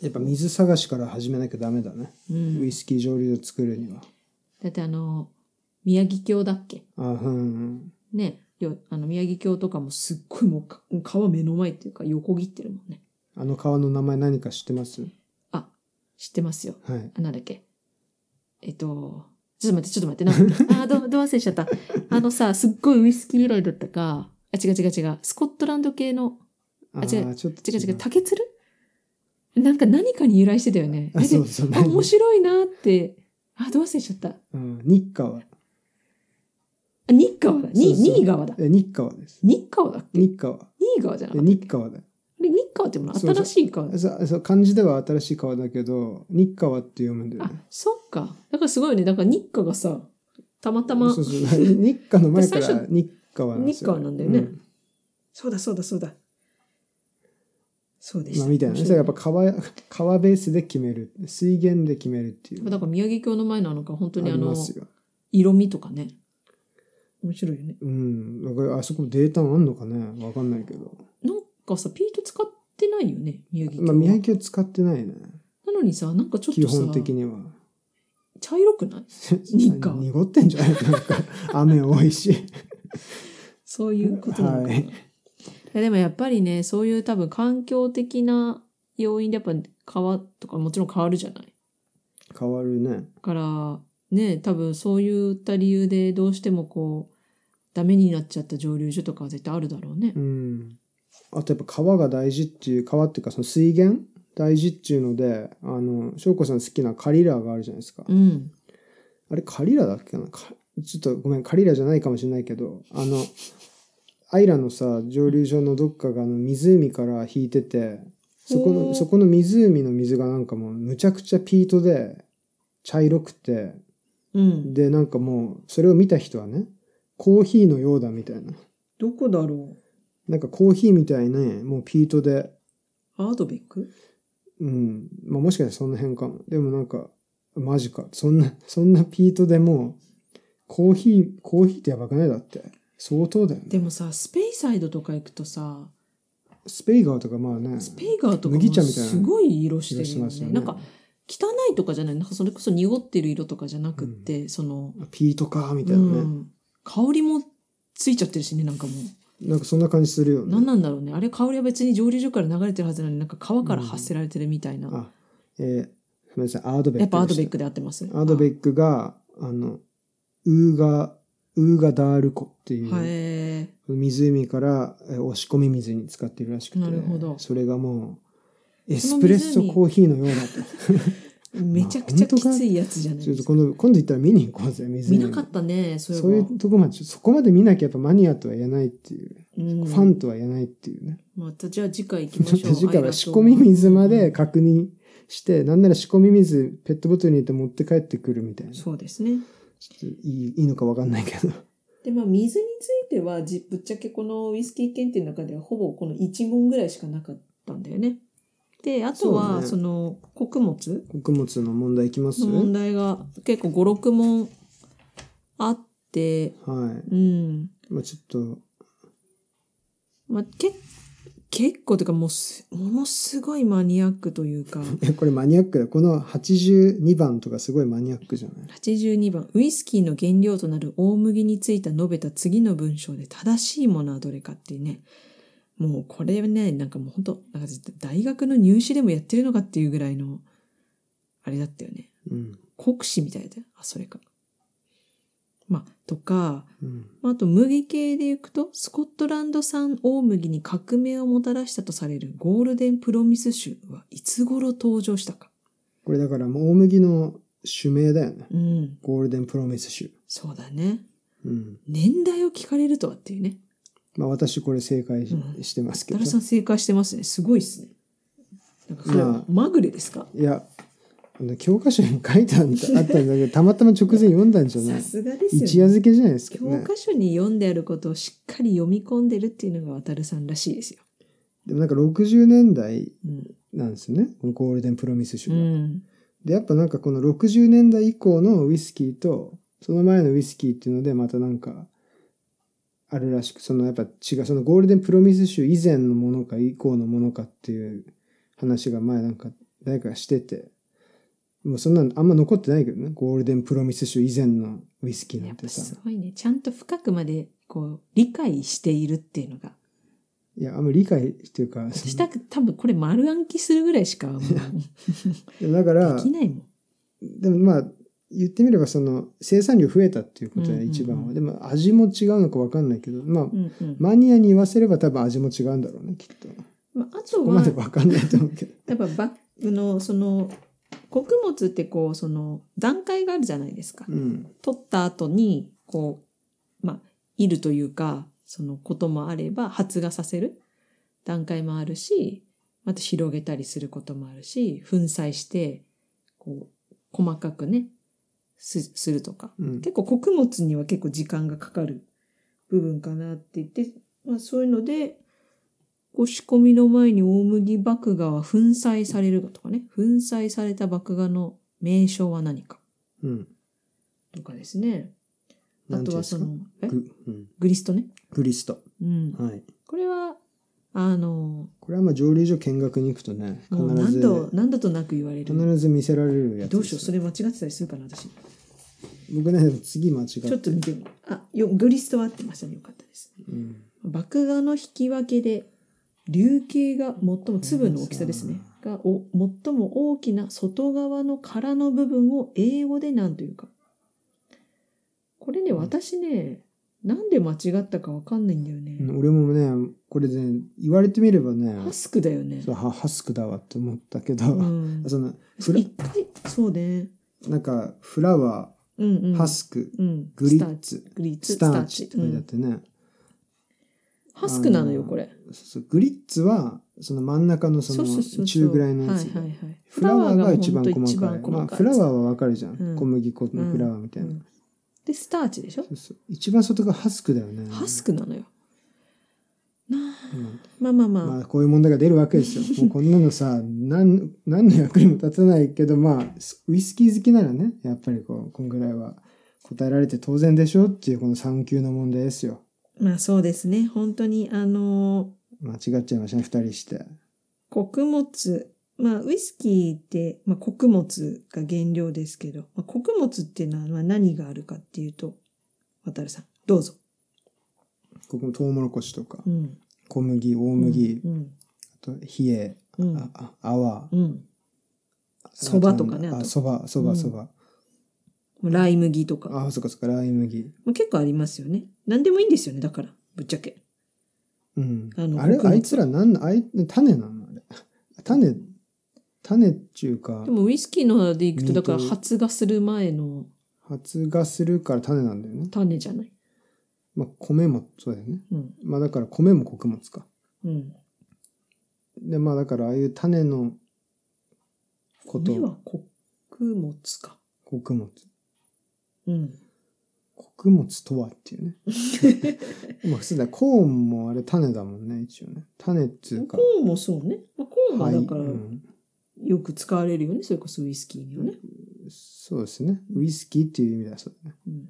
Speaker 2: やっぱ水探しから始めなきゃダメだね。
Speaker 1: う
Speaker 2: ウ
Speaker 1: ん、
Speaker 2: イスキー蒸留所作るには。
Speaker 1: だってあの宮城郷だっけ
Speaker 2: あ、うん。
Speaker 1: ねよあの宮城郷とかもすっごいもうか川目の前っていうか横切ってるもんね
Speaker 2: あの川の名前何か知ってます
Speaker 1: あ知ってますよ
Speaker 2: はい。
Speaker 1: あなんだっけえっと、ちょっと待って、ちょっと待って、 なんだっけあー、ど、ど忘れしちゃった。あのさ、すっごいウイスキー由来だったか、あ、違う違う違う、スコットランド系の、
Speaker 2: あ
Speaker 1: 違
Speaker 2: う、ちょっと
Speaker 1: 違う違う、竹鶴なんか何かに由来してたよね。
Speaker 2: あ、そうそう。
Speaker 1: あ面白いなって。あ、どう忘れしちゃった。あ、
Speaker 2: うん、日川。
Speaker 1: 日川だ。に、
Speaker 2: そうそう
Speaker 1: 新川だ。
Speaker 2: え、日川です。
Speaker 1: 日川だっけ
Speaker 2: 日川。
Speaker 1: 新川じゃな
Speaker 2: え
Speaker 1: かったっ
Speaker 2: 日
Speaker 1: け
Speaker 2: 川だよ。
Speaker 1: あれ、日川ってもの
Speaker 2: そうそ
Speaker 1: 新
Speaker 2: う
Speaker 1: しい川だ。
Speaker 2: そうそう漢字では新しい川だけど日川って読むんだよ
Speaker 1: あ
Speaker 2: ね。、
Speaker 1: そっか。だからすごいよね。だから日川がさ、たまたま
Speaker 2: そう、そう日川の前
Speaker 1: 最
Speaker 2: から
Speaker 1: 初
Speaker 2: 日川なんですよ。
Speaker 1: 日川なんだよね
Speaker 2: う
Speaker 1: そうだそうだそうだ。そうでした。
Speaker 2: まあみたいなね。
Speaker 1: 面
Speaker 2: それ
Speaker 1: 白
Speaker 2: やっぱ川 川ベースで決める、水源で決めるっていう。
Speaker 1: だから宮城郷の前なのか本当にあ
Speaker 2: り
Speaker 1: の
Speaker 2: ますよ。
Speaker 1: 色味とかね面白いよね
Speaker 2: うん。だからあそこデータあんのかね、わかんないけど。
Speaker 1: なんかさピート使ってないよね宮城郷
Speaker 2: まあ
Speaker 1: は、
Speaker 2: 宮城を使ってないね。
Speaker 1: なのにさなんかちょっ
Speaker 2: 基
Speaker 1: とさ
Speaker 2: 本的には。
Speaker 1: 茶色くない日川
Speaker 2: 濁ってんじゃ ない なんか雨多いし。
Speaker 1: そういうことなのかな、
Speaker 2: はい
Speaker 1: いやでもやっぱりねそういう多分環境的な要因でやっぱ川とかもちろん変わるじゃない
Speaker 2: 変わるね。
Speaker 1: だからね多分そういった理由でどうしてもこうダメになっちゃった蒸留所とかは絶対あるだろうね
Speaker 2: う。ん。あとやっぱ川が大事っていう、川っていうかその水源大事っていうので、あの、翔子さん好きなカリラがあるじゃないですか。
Speaker 1: うん。
Speaker 2: あれカリラだっけなかちょっとごめん、カリラじゃないかもしれないけど、あの、アイラのさ、蒸留所のどっかがあの湖から引いてて、そこ
Speaker 1: へー
Speaker 2: の、そこの湖の水がなんかもうむちゃくちゃピートで、茶色くて、
Speaker 1: うん。
Speaker 2: で、なんかもう、それを見た人はね、コーヒーのようだみたいな。
Speaker 1: どこだろ
Speaker 2: なんかコーヒーみたいにね、もうピートで、
Speaker 1: うアードベック
Speaker 2: うん。まあもしかしたらその辺かも。でもなんか、マジか。そんな、 そんなピートでもう、コーヒー、コーヒーってやばくないだって。相当だよね。
Speaker 1: でもさ、スペイサイドとか行くとさ、
Speaker 2: スペイガーとかまあね。
Speaker 1: スペイガーとかも
Speaker 2: 麦茶みたいな
Speaker 1: すごい色して
Speaker 2: 気が
Speaker 1: る
Speaker 2: し
Speaker 1: よ
Speaker 2: ます
Speaker 1: ね。
Speaker 2: よね。
Speaker 1: なんか、汚いとかじゃない。なんかそれこそ濁ってる色とかじゃなくって、その、
Speaker 2: ピートか、みたいうなね。
Speaker 1: ん、香りもついちゃってるしね、なんかもう。
Speaker 2: なんかそんな感じするよね。
Speaker 1: 何なんだろうね。あれ香りは別に蒸留所から流れてるはずなのに、なんか川から発せられてるみたいな。
Speaker 2: あ、えー、すみません、アードベックでした。
Speaker 1: やっぱアードベックで合ってます。
Speaker 2: アードベックが、あの、ウーガ、ウーガダール湖っていう、
Speaker 1: はい。へー
Speaker 2: 湖からえー押し込み水に使ってるらしくて、
Speaker 1: なるほど
Speaker 2: それがもう、エ
Speaker 1: その湖
Speaker 2: スプレッソコーヒーのようだと。
Speaker 1: めちゃくちゃきついやつじゃない
Speaker 2: ちょ
Speaker 1: で
Speaker 2: っと
Speaker 1: すか。
Speaker 2: 今度、今度行ったら見に行こうぜ、
Speaker 1: 見
Speaker 2: 湖。
Speaker 1: なかったね、そういえば
Speaker 2: そういうとこまで、ちょっとそこまで見なきゃやっぱマニアとは言えないっていう、
Speaker 1: うん
Speaker 2: ファンとは言えないっていうね。
Speaker 1: またじゃあ次回行きま しょう。あ
Speaker 2: 次回
Speaker 1: りがと
Speaker 2: は
Speaker 1: う
Speaker 2: 仕込み水まで確認して、なんなら仕込み水、ペットボトルに入れて持って帰ってくるみたいな。ちょ
Speaker 1: そうですね。
Speaker 2: っといいいいのかわかんないけど。
Speaker 1: で、まあ、水については、じぶっちゃけこのウイスキー検定の中では、ほぼこの1問ぐらいしかなかったんだよね。で、あと
Speaker 2: そう
Speaker 1: は、
Speaker 2: ね
Speaker 1: その、穀物
Speaker 2: 穀物の問題いきます
Speaker 1: の問題が結構5、6問あって、
Speaker 2: は
Speaker 1: うん。
Speaker 2: い。まあちょっと、
Speaker 1: まあ、け結構というかもうす、ものすごいマニアックというか、
Speaker 2: えこれマニアックだよ。この82番とかすごいマニアックじゃない
Speaker 1: 82番、ウイスキーの原料となる大麦について述べた次の文章で正しいものはどれかっていうね。もうこれね、なんかもう本当なんか大学の入試でもやってるのかっていうぐらいの、あれだったよね。
Speaker 2: うん。
Speaker 1: 国試みたいだよ。あ、それか。まあ、とか、
Speaker 2: うん。
Speaker 1: まああと麦系でいくと、スコットランド産大麦に革命をもたらしたとされるゴールデンプロミス州はいつ頃登場したか。
Speaker 2: これだからもう大麦の種名だよね。
Speaker 1: うん、
Speaker 2: ゴールデンプロミス種。
Speaker 1: そうだね。
Speaker 2: うん。
Speaker 1: 年代を聞かれるとはっていうね。
Speaker 2: まあ私これ正解し,、
Speaker 1: うん
Speaker 2: てますけ
Speaker 1: ダ
Speaker 2: ど
Speaker 1: ル。さん正解してますね。すごいっすね。なんかそれ
Speaker 2: まあ
Speaker 1: まぐれですか
Speaker 2: いや、あの教科書に書いてあんだあったんだけど、 たまたま直前読んだんじゃな
Speaker 1: さ
Speaker 2: い
Speaker 1: すがですよ
Speaker 2: 一
Speaker 1: ね。
Speaker 2: 夜漬けじゃないですか
Speaker 1: 教
Speaker 2: ね。
Speaker 1: 科書に読んであることをしっかり読み込んでるっていうのが渡るさんらしいですよ。
Speaker 2: でもなんか60年代
Speaker 1: うん。
Speaker 2: なんですよね。このゴールデンプロミス
Speaker 1: う
Speaker 2: 種が。
Speaker 1: ん。
Speaker 2: で、やっぱなんかこの60年代以降のウイスキーと、その前のウイスキーっていうので、またなんか、あるらしく、そのやっぱ違う、そのゴールデンプロミス種以前のものか以降のものかっていう話が前なんか誰かがしてて、もうそんなのあんま残ってないけどね、ゴールデンプロミス種以前のウイスキーな
Speaker 1: やっ
Speaker 2: んて
Speaker 1: ぱ
Speaker 2: さ
Speaker 1: す。ごいね。ちゃんと深くまでこう理解しているっていうのが
Speaker 2: いや、あんまり理解っていうか、
Speaker 1: 私だけ多分これ丸暗記するぐらいしかもう
Speaker 2: でもだか
Speaker 1: で
Speaker 2: ら
Speaker 1: き、ないもん。
Speaker 2: でもまあ、言ってみればその生産量増えたっていうこと
Speaker 1: うんうん
Speaker 2: で
Speaker 1: うん
Speaker 2: 一番は。でも味も違うのかわかんないけど、まあ、
Speaker 1: うんうん
Speaker 2: マニアに言わせれば多分味も違うんだろうね、きっと。
Speaker 1: まあ、あ
Speaker 2: ことこ
Speaker 1: は
Speaker 2: までわかんないと思うけど。
Speaker 1: やっぱバッグのその穀物ってこうその段階があるじゃないですか。
Speaker 2: うん。
Speaker 1: 取った後にこうまあいるというかそのこともあれば発芽させる段階もあるしまた広げたりすることもあるし粉砕してこう細かくねすするとか
Speaker 2: うん。
Speaker 1: 結構穀物には結構時間がかかる部分かなって言って、まあ、そういうのでこう仕込みの前に大麦麦芽は粉砕されるとかね粉砕された麦芽の名称は何か
Speaker 2: うん。
Speaker 1: とかですねあ
Speaker 2: なんて
Speaker 1: と
Speaker 2: いうん
Speaker 1: は
Speaker 2: です
Speaker 1: そ
Speaker 2: か
Speaker 1: のえ
Speaker 2: グうん
Speaker 1: グリストね、
Speaker 2: グリスト。
Speaker 1: うん、
Speaker 2: はい。
Speaker 1: これはあの
Speaker 2: これはまあ蒸留所見学に行くとね、
Speaker 1: もう
Speaker 2: 必
Speaker 1: 何
Speaker 2: ず、
Speaker 1: 度何度となく言われる
Speaker 2: 必ず見せられるやつです。
Speaker 1: どうしようそれ間違ってたりするかな私
Speaker 2: 僕ね、でも次間違って。
Speaker 1: ちょっと見てみあよグリストは合ってましたねよかったです
Speaker 2: うん。
Speaker 1: 麦芽の引き分けで粒径が最も粒の大きさですねがお最も大きな外側の殻の部分を英語で何というかこれね
Speaker 2: うん
Speaker 1: 私ねなんで間違ったかわかんないんだよね。
Speaker 2: うん俺もね、これね、言われてみればね、
Speaker 1: ハスクだよね
Speaker 2: そ。うはハスクだわって思ったけど、
Speaker 1: うん。
Speaker 2: そのフラ
Speaker 1: 一回、そうね。
Speaker 2: なんかフラワ
Speaker 1: うんう
Speaker 2: ー、
Speaker 1: ん。
Speaker 2: ハスク、
Speaker 1: うん。
Speaker 2: グ
Speaker 1: ス
Speaker 2: リ
Speaker 1: タ
Speaker 2: ッ
Speaker 1: ーチ。
Speaker 2: ツ、
Speaker 1: グリッツ。
Speaker 2: スターチって書いてあっ
Speaker 1: うん
Speaker 2: てね、
Speaker 1: ハスクなのよ、
Speaker 2: あの
Speaker 1: これ。
Speaker 2: そうそうグリッツはその真ん中のそ
Speaker 1: そうそうそうそ
Speaker 2: の
Speaker 1: う。
Speaker 2: 中ぐらいのやつ
Speaker 1: はいはいはい。
Speaker 2: フラワーが一番細
Speaker 1: ほんと一
Speaker 2: かい
Speaker 1: 番細
Speaker 2: まあ、
Speaker 1: かい
Speaker 2: フラワーはわかるじゃん、
Speaker 1: うん
Speaker 2: 小麦粉のフラワーみたいな、
Speaker 1: うんで、スターチでしょ
Speaker 2: そうそう一番外がハスクだよね
Speaker 1: ハスクなのよ。なあ
Speaker 2: うん
Speaker 1: まあまあまあ。
Speaker 2: まあこういう問題が出るわけですよもうこんなのさ何何の役にも立たないけどまあウイスキー好きならねやっぱりこうこんぐらいは答えられて当然でしょっていうこの3級の問題ですよ
Speaker 1: まあそうですね。本当に、あの
Speaker 2: 間違っちゃいましたね2人して
Speaker 1: ー穀物、まあウイスキーって、まあ、穀物が原料ですけど、まあ、穀物っていうのはまあ何があるかっていうと、渡るさん、どうぞ。
Speaker 2: ここもトウモロコシとか
Speaker 1: うん。
Speaker 2: 小麦大麦、
Speaker 1: うん。
Speaker 2: あと冷え
Speaker 1: うん。
Speaker 2: ああ泡
Speaker 1: うん。そばとかね
Speaker 2: あ
Speaker 1: あ
Speaker 2: あ
Speaker 1: と
Speaker 2: そばそばそば、
Speaker 1: ライ麦とか。
Speaker 2: ああそっかそっかライ麦
Speaker 1: まあ、結構ありますよね。何でもいいんですよね、だから。ぶっちゃけ。
Speaker 2: うん
Speaker 1: あの
Speaker 2: あれ
Speaker 1: 穀物
Speaker 2: あいつらなんなあい種なのあれ種種っていうか
Speaker 1: でもウイスキーのでいくと、だから
Speaker 2: ミート
Speaker 1: 発芽する前の
Speaker 2: 発芽するから種なんだよね
Speaker 1: 種じゃない。
Speaker 2: まあ、米もそうだよね。
Speaker 1: うん。
Speaker 2: まあ、だから米も穀物か。
Speaker 1: うん。
Speaker 2: で、まあ、だからああいう種のこ
Speaker 1: 米
Speaker 2: と、
Speaker 1: は穀物か。
Speaker 2: 穀物。
Speaker 1: うん。
Speaker 2: 穀物とはって いうね。まあ、普通だ、コーンもあれ種だもんね、一応ね。種っていう
Speaker 1: コ
Speaker 2: か。
Speaker 1: ーンもそうね。まあ、コーンはだから、
Speaker 2: うん
Speaker 1: よく使われるよね。それこそウイスキーにはね。
Speaker 2: そうですね。ウイスキーっていう意味だそうだね。
Speaker 1: うん。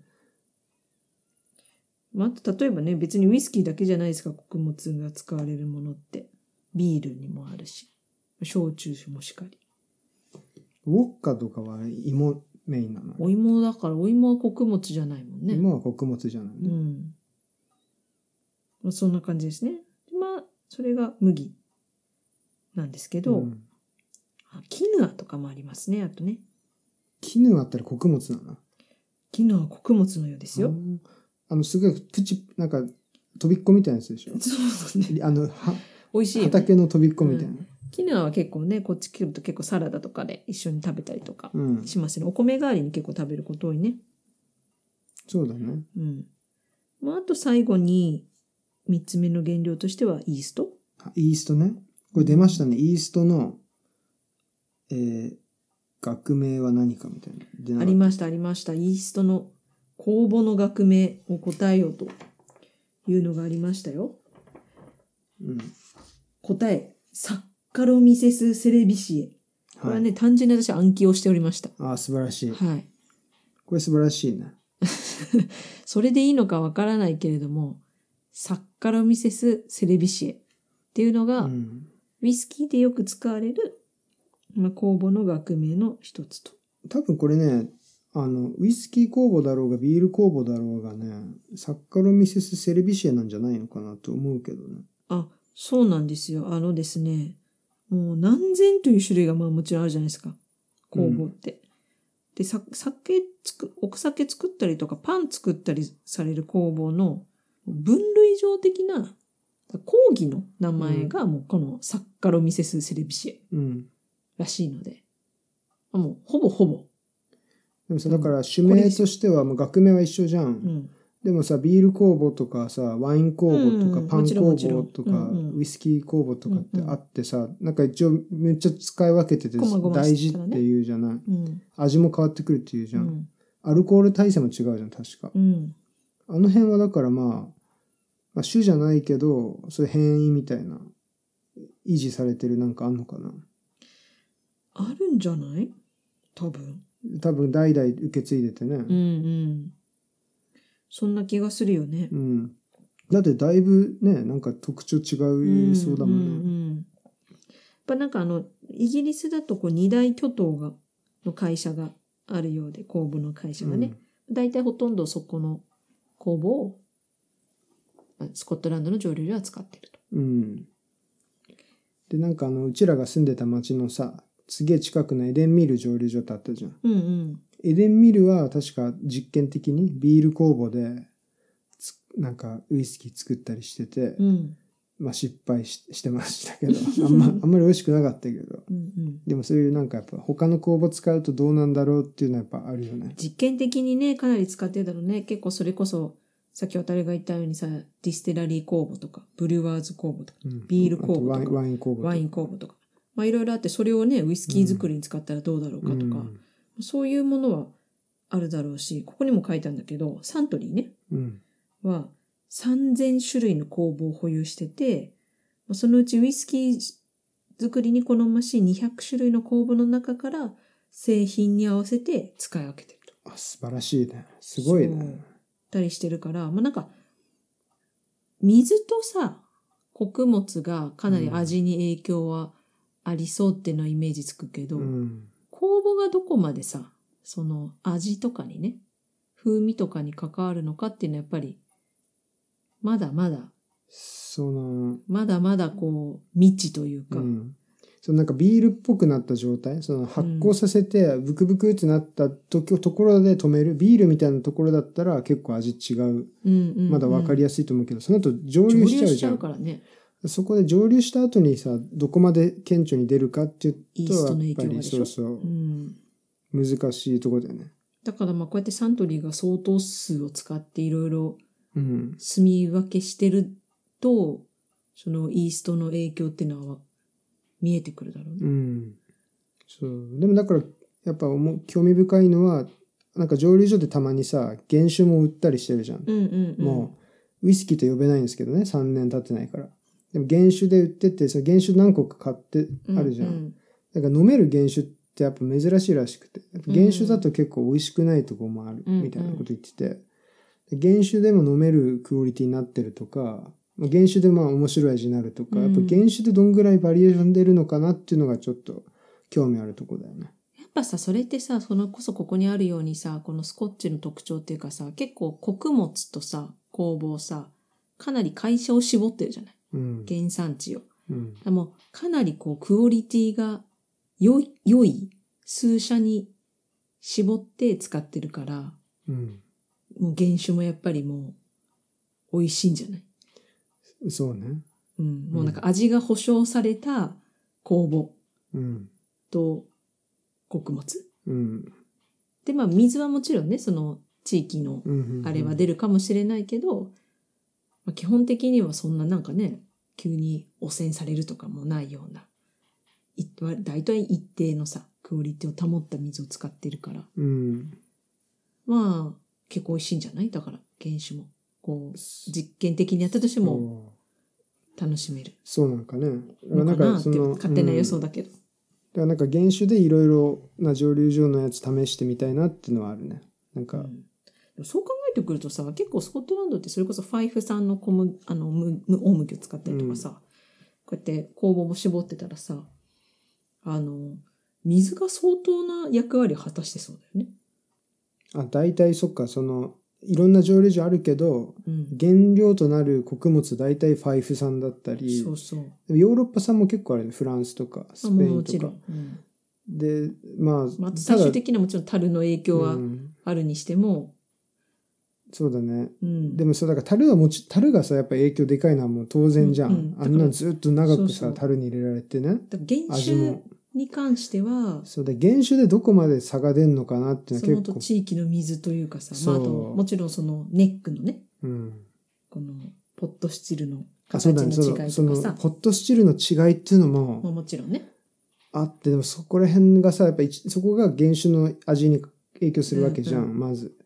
Speaker 1: まあ、あと例えばね、別にウイスキーだけじゃないですか、穀物が使われるものって。ビールにもあるし、焼酎酒もしかり。
Speaker 2: ウォッカとかは芋メインなの。
Speaker 1: お芋だから、お芋は穀物じゃないもんね。
Speaker 2: 芋は穀物じゃない、
Speaker 1: う
Speaker 2: ね
Speaker 1: ん。まあ、そんな感じですね。まあ、それが麦なんですけど、
Speaker 2: うん
Speaker 1: あキヌアとかもありますね、あとね。
Speaker 2: 絹あったら穀物なの。
Speaker 1: キヌアは穀物のようです
Speaker 2: う
Speaker 1: よ。。
Speaker 2: んあの、すごいプチ、なんか、飛びっこみたいなやつでしょ
Speaker 1: そうだね。
Speaker 2: あの、は
Speaker 1: 美味しいよね、
Speaker 2: 畑の飛びっこみたいな。
Speaker 1: キヌアは結構ね、こっち来ると結構サラダとかで一緒に食べたりとか
Speaker 2: うん、
Speaker 1: しますね。お米代わりに結構食べること多いね。
Speaker 2: そうだね。
Speaker 1: うん。まあ、あと最後に、三つ目の原料としてはイースト。
Speaker 2: あイーストね。これ出ましたね。イーストの、えー学名は何かみたいな。出な
Speaker 1: あ
Speaker 2: か
Speaker 1: り
Speaker 2: っ
Speaker 1: ました、ありました。イーストの公募の学名を答えようというのがありましたよ。答え、サッカロミセス・セレビシエ。
Speaker 2: た。
Speaker 1: これ
Speaker 2: うん。は。
Speaker 1: はいね、単純に私暗記をしておりました。
Speaker 2: ああ、素晴らしい。
Speaker 1: はい。
Speaker 2: これ素晴らしいね。
Speaker 1: それでいいのかわからないけれども、サッカロミセス・セレビシエっていうの
Speaker 2: う
Speaker 1: が、
Speaker 2: ん。
Speaker 1: ウイスキーでよく使われる、まあ、酵母の学名の一つと。
Speaker 2: 多分これね、あの、ウイスキー酵母だろうが、ビール酵母だろうがね、サッカロミセス・セレビシエなんじゃないのかなと思うけどね。
Speaker 1: あ、そうなんですよ。あのですね、もう何千という種類がまあもちろんあるじゃないですか。酵母って。で、さ酒つく、お酒作ったりとか、パン作ったりされる酵母の分類上的な講義の名前がもうこのサッカロミセス・セレビシエ。
Speaker 2: うん。
Speaker 1: らしいので。もう、ほぼほぼ。
Speaker 2: でもさ、
Speaker 1: うん
Speaker 2: だから種名としては、もう学名は一緒じゃ。
Speaker 1: うんん。
Speaker 2: でもさ、ビール酵母とかさ、ワイン酵母と
Speaker 1: うん
Speaker 2: か、パン
Speaker 1: もちろんもちろ
Speaker 2: 酵
Speaker 1: ん
Speaker 2: 母とか
Speaker 1: うんう、ん
Speaker 2: ウイスキー酵母とかっ
Speaker 1: う
Speaker 2: て
Speaker 1: んうん
Speaker 2: あってさ、なんか一応めっちゃ使い分けてて
Speaker 1: ごまごま
Speaker 2: 大事
Speaker 1: してたらね
Speaker 2: っていうじゃない。
Speaker 1: うん。
Speaker 2: 味も変わってくるっていうじ
Speaker 1: う
Speaker 2: ゃん。
Speaker 1: ん。
Speaker 2: アルコール耐性も違うじゃん、確か。
Speaker 1: うん。
Speaker 2: あの辺はだからまあ、まあ、種じゃないけど、そういう変異みたいな、維持されてるなんかあんのかな。
Speaker 1: あるんじゃない多分。
Speaker 2: 多分代々受け継いでてね。
Speaker 1: うんうん。そんな気がするよね。
Speaker 2: うん。だってだいぶね、なんか特徴違いそうだもんね。
Speaker 1: うんうんうんやっぱなんかあの、イギリスだとこう二大巨頭が、の会社があるようで、工房の会社がね。大体ほとんどそこの工房を、あスコットランドの上流では使ってると。
Speaker 2: うん。で、なんかあの、うちらが住んでた町のさ、すげえ近くのエデンミル蒸留所ってあったじゃん。
Speaker 1: うんうん。
Speaker 2: エデンミルは確か実験的にビール酵母でつなんかウイスキー作ったりしてて、
Speaker 1: うん。
Speaker 2: まあ失敗ししてましたけど あんまあんまり美味しくなかったけど
Speaker 1: うんうん。
Speaker 2: でもそういうなんかやっぱ他の酵母使うとどうなんだろうっていうのはやっぱあるよね
Speaker 1: 実験的にね、かなり使ってるだろうね。結構それこそ、さっき渡りが言ったようにさ、ディステラリー酵母とか、ブリュワーズ酵母とか、
Speaker 2: うん
Speaker 1: ビール酵母
Speaker 2: あとワイン
Speaker 1: とか
Speaker 2: ワイン酵母
Speaker 1: ワイン酵母とか。まあいろいろあって、それをね、ウイスキー作りに使ったらどうだろうかとか、そういうものはあるだろうし、ここにも書いたんだけど、サントリーね。
Speaker 2: うんうん
Speaker 1: は3000種類の工房を保有してて、まあそのうちウイスキー作りに好ましい200種類の工房の中から製品に合わせて使い分けてると。
Speaker 2: あ素晴らしいねすごい
Speaker 1: そう
Speaker 2: ね
Speaker 1: たりしてるから、まあ、なんか、水とさ、穀物がかなり味に影響はありそうっていうのはイメージつくけど、
Speaker 2: うん
Speaker 1: 酵母がどこまでさ、その味とかにね、風味とかに関わるのかっていうのはやっぱり、まだまだ
Speaker 2: その
Speaker 1: まだまだこう、未知というか。
Speaker 2: うん、そのなんかビールっぽくなった状態その発酵させてブクブクってなったときところで止めるビールみたいなところだったら結構味違う
Speaker 1: うんうんうん
Speaker 2: まだ分かりやすいと思うけど、その後蒸
Speaker 1: 上
Speaker 2: 留し
Speaker 1: 流
Speaker 2: ちゃう
Speaker 1: しち
Speaker 2: じ
Speaker 1: ゃ
Speaker 2: ゃ
Speaker 1: うんからね。
Speaker 2: そこで蒸留した後にさどこまで顕著に出るかって
Speaker 1: イ
Speaker 2: 言
Speaker 1: ー
Speaker 2: う
Speaker 1: ス
Speaker 2: と
Speaker 1: トの
Speaker 2: やっ
Speaker 1: 影響
Speaker 2: ぱ
Speaker 1: が
Speaker 2: り
Speaker 1: でしょ
Speaker 2: そうそう
Speaker 1: うん。
Speaker 2: 難しいとこだよね。
Speaker 1: だからまあこうやってサントリーが相当数を使っていろいろ
Speaker 2: うん、
Speaker 1: 住み分けしてると、そのイーストの影響っていうのは見えてくるだろうね。
Speaker 2: うん、そうでもだからやっぱ思う興味深いのはなんか蒸留所でたまにさ原酒も売ったりしてるじゃん
Speaker 1: うんうんうん。
Speaker 2: もう、ウイスキーと呼べないんですけどね、3年経ってないから。でも原酒で売ってて、その原酒何個か買ってあるじゃん。
Speaker 1: うう
Speaker 2: だから飲める原酒ってやっぱ珍しいらしくて、やっぱ原酒だと結構美味しくないとこもある、
Speaker 1: うん
Speaker 2: みたいなこと言ってて、で原酒でも飲めるクオリティになってるとか、まあ原酒でまあ面白い味になると
Speaker 1: う
Speaker 2: か、
Speaker 1: ん
Speaker 2: やっぱ原酒でどんぐらいバリエーション出るのかなっていうのがちょっと興味あるとこだよね。
Speaker 1: やっぱさ、それってさ、そのこそここにあるようにさ、このスコッチの特徴っていうかさ、結構穀物とさ、工房さ、かなり会社を絞ってるじゃない
Speaker 2: うん。
Speaker 1: 原産地を。
Speaker 2: うん。
Speaker 1: でもかなりこうクオリティが良い、良い数社に絞って使ってるから、
Speaker 2: うん。
Speaker 1: もう原酒もやっぱりもう美味しいんじゃない
Speaker 2: そうね。
Speaker 1: うん。もうなんか味が保証された酵母
Speaker 2: うん。
Speaker 1: と穀物。
Speaker 2: うん。
Speaker 1: で、まあ水はもちろんね、その地域の
Speaker 2: うんうんうん
Speaker 1: あれは出るかもしれないけど、まあ、基本的にはそんななんかね、急に汚染されるとかもないような、い大体一定のさ、クオリティを保った水を使ってるから、
Speaker 2: うん。
Speaker 1: まあ、結構美味しいんじゃないだから、原種も。こう、実験的にやったとしても
Speaker 2: そう
Speaker 1: 楽しめる
Speaker 2: そうなんかね。
Speaker 1: のか
Speaker 2: な
Speaker 1: なんっ
Speaker 2: か
Speaker 1: て
Speaker 2: その
Speaker 1: 勝手な予
Speaker 2: う
Speaker 1: 想
Speaker 2: ん
Speaker 1: だけど。
Speaker 2: だからなんか原酒でいろいろな蒸留所のやつ試してみたいなっていうのはあるね。なんか、
Speaker 1: うんでもそう考えてくるとさ結構スコットランドってそれこそファイフ産の小麦あのむむ大麦を使ったりとかさ、こうやって酵母も絞ってたらさあの水が相当な役割を果たしてそうだよね。
Speaker 2: あ、大体そっか、その、いろんな蒸留所あるけど、
Speaker 1: うん、
Speaker 2: 原料となる穀物大体ファイフ産だったり
Speaker 1: そ、うそう。
Speaker 2: でもヨーロッパ産も結構あるね。フランスとか、ス
Speaker 1: あ
Speaker 2: ペ
Speaker 1: もう
Speaker 2: イン
Speaker 1: もち
Speaker 2: と
Speaker 1: ろ
Speaker 2: か。
Speaker 1: ん。うん
Speaker 2: で、まあ、
Speaker 1: まあ、
Speaker 2: ただ
Speaker 1: 最終的にはもちろん樽の影響は
Speaker 2: うん
Speaker 1: あるにしても、
Speaker 2: そうだね。
Speaker 1: うん
Speaker 2: でもそうだから樽はもち樽がさやっぱ影響でかいのはもう当然じゃん、
Speaker 1: うんうんだから
Speaker 2: あんなのずっと長く
Speaker 1: そうそ
Speaker 2: さ
Speaker 1: う
Speaker 2: 樽に入れられてね
Speaker 1: だから原
Speaker 2: 味
Speaker 1: 酒
Speaker 2: も
Speaker 1: に関しては
Speaker 2: そうで原酒でどこまで差が出んのかなっていう
Speaker 1: そ
Speaker 2: のは
Speaker 1: の
Speaker 2: 結
Speaker 1: と
Speaker 2: 構
Speaker 1: 地域の水というかさ、まあ、あと
Speaker 2: そう
Speaker 1: もちろんそのネックのね
Speaker 2: うん
Speaker 1: このポットスチルの
Speaker 2: あそ
Speaker 1: 形
Speaker 2: うだ
Speaker 1: の
Speaker 2: ねそ
Speaker 1: 違
Speaker 2: の
Speaker 1: い
Speaker 2: そ
Speaker 1: とか
Speaker 2: の
Speaker 1: さ、
Speaker 2: ホットスチルの違いっていうの
Speaker 1: まあ、
Speaker 2: も
Speaker 1: もちろんね
Speaker 2: あってでもそこら辺がさやっぱ一そこが原酒の味に影響するわけじゃ
Speaker 1: う
Speaker 2: ん、
Speaker 1: んう
Speaker 2: まず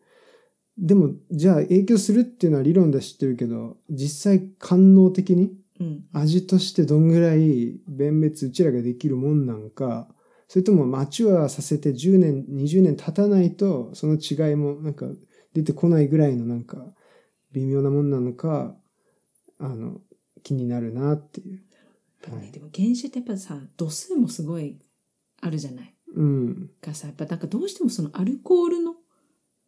Speaker 2: でもじゃあ影響するっていうのは理論で知ってるけど実際官能的に
Speaker 1: うん
Speaker 2: 味としてどんぐらい弁別うちらができるもんなんかそれともマチュアさせて10年20年経たないとその違いもなんか出てこないぐらいのなんか微妙なもんなのかあの気になるなっていう。
Speaker 1: やっぱね
Speaker 2: はい
Speaker 1: でも原酒ってやっぱさ度数もすごいあるじゃない
Speaker 2: うん、
Speaker 1: がさやっぱなんかどうしてもそのアルコールの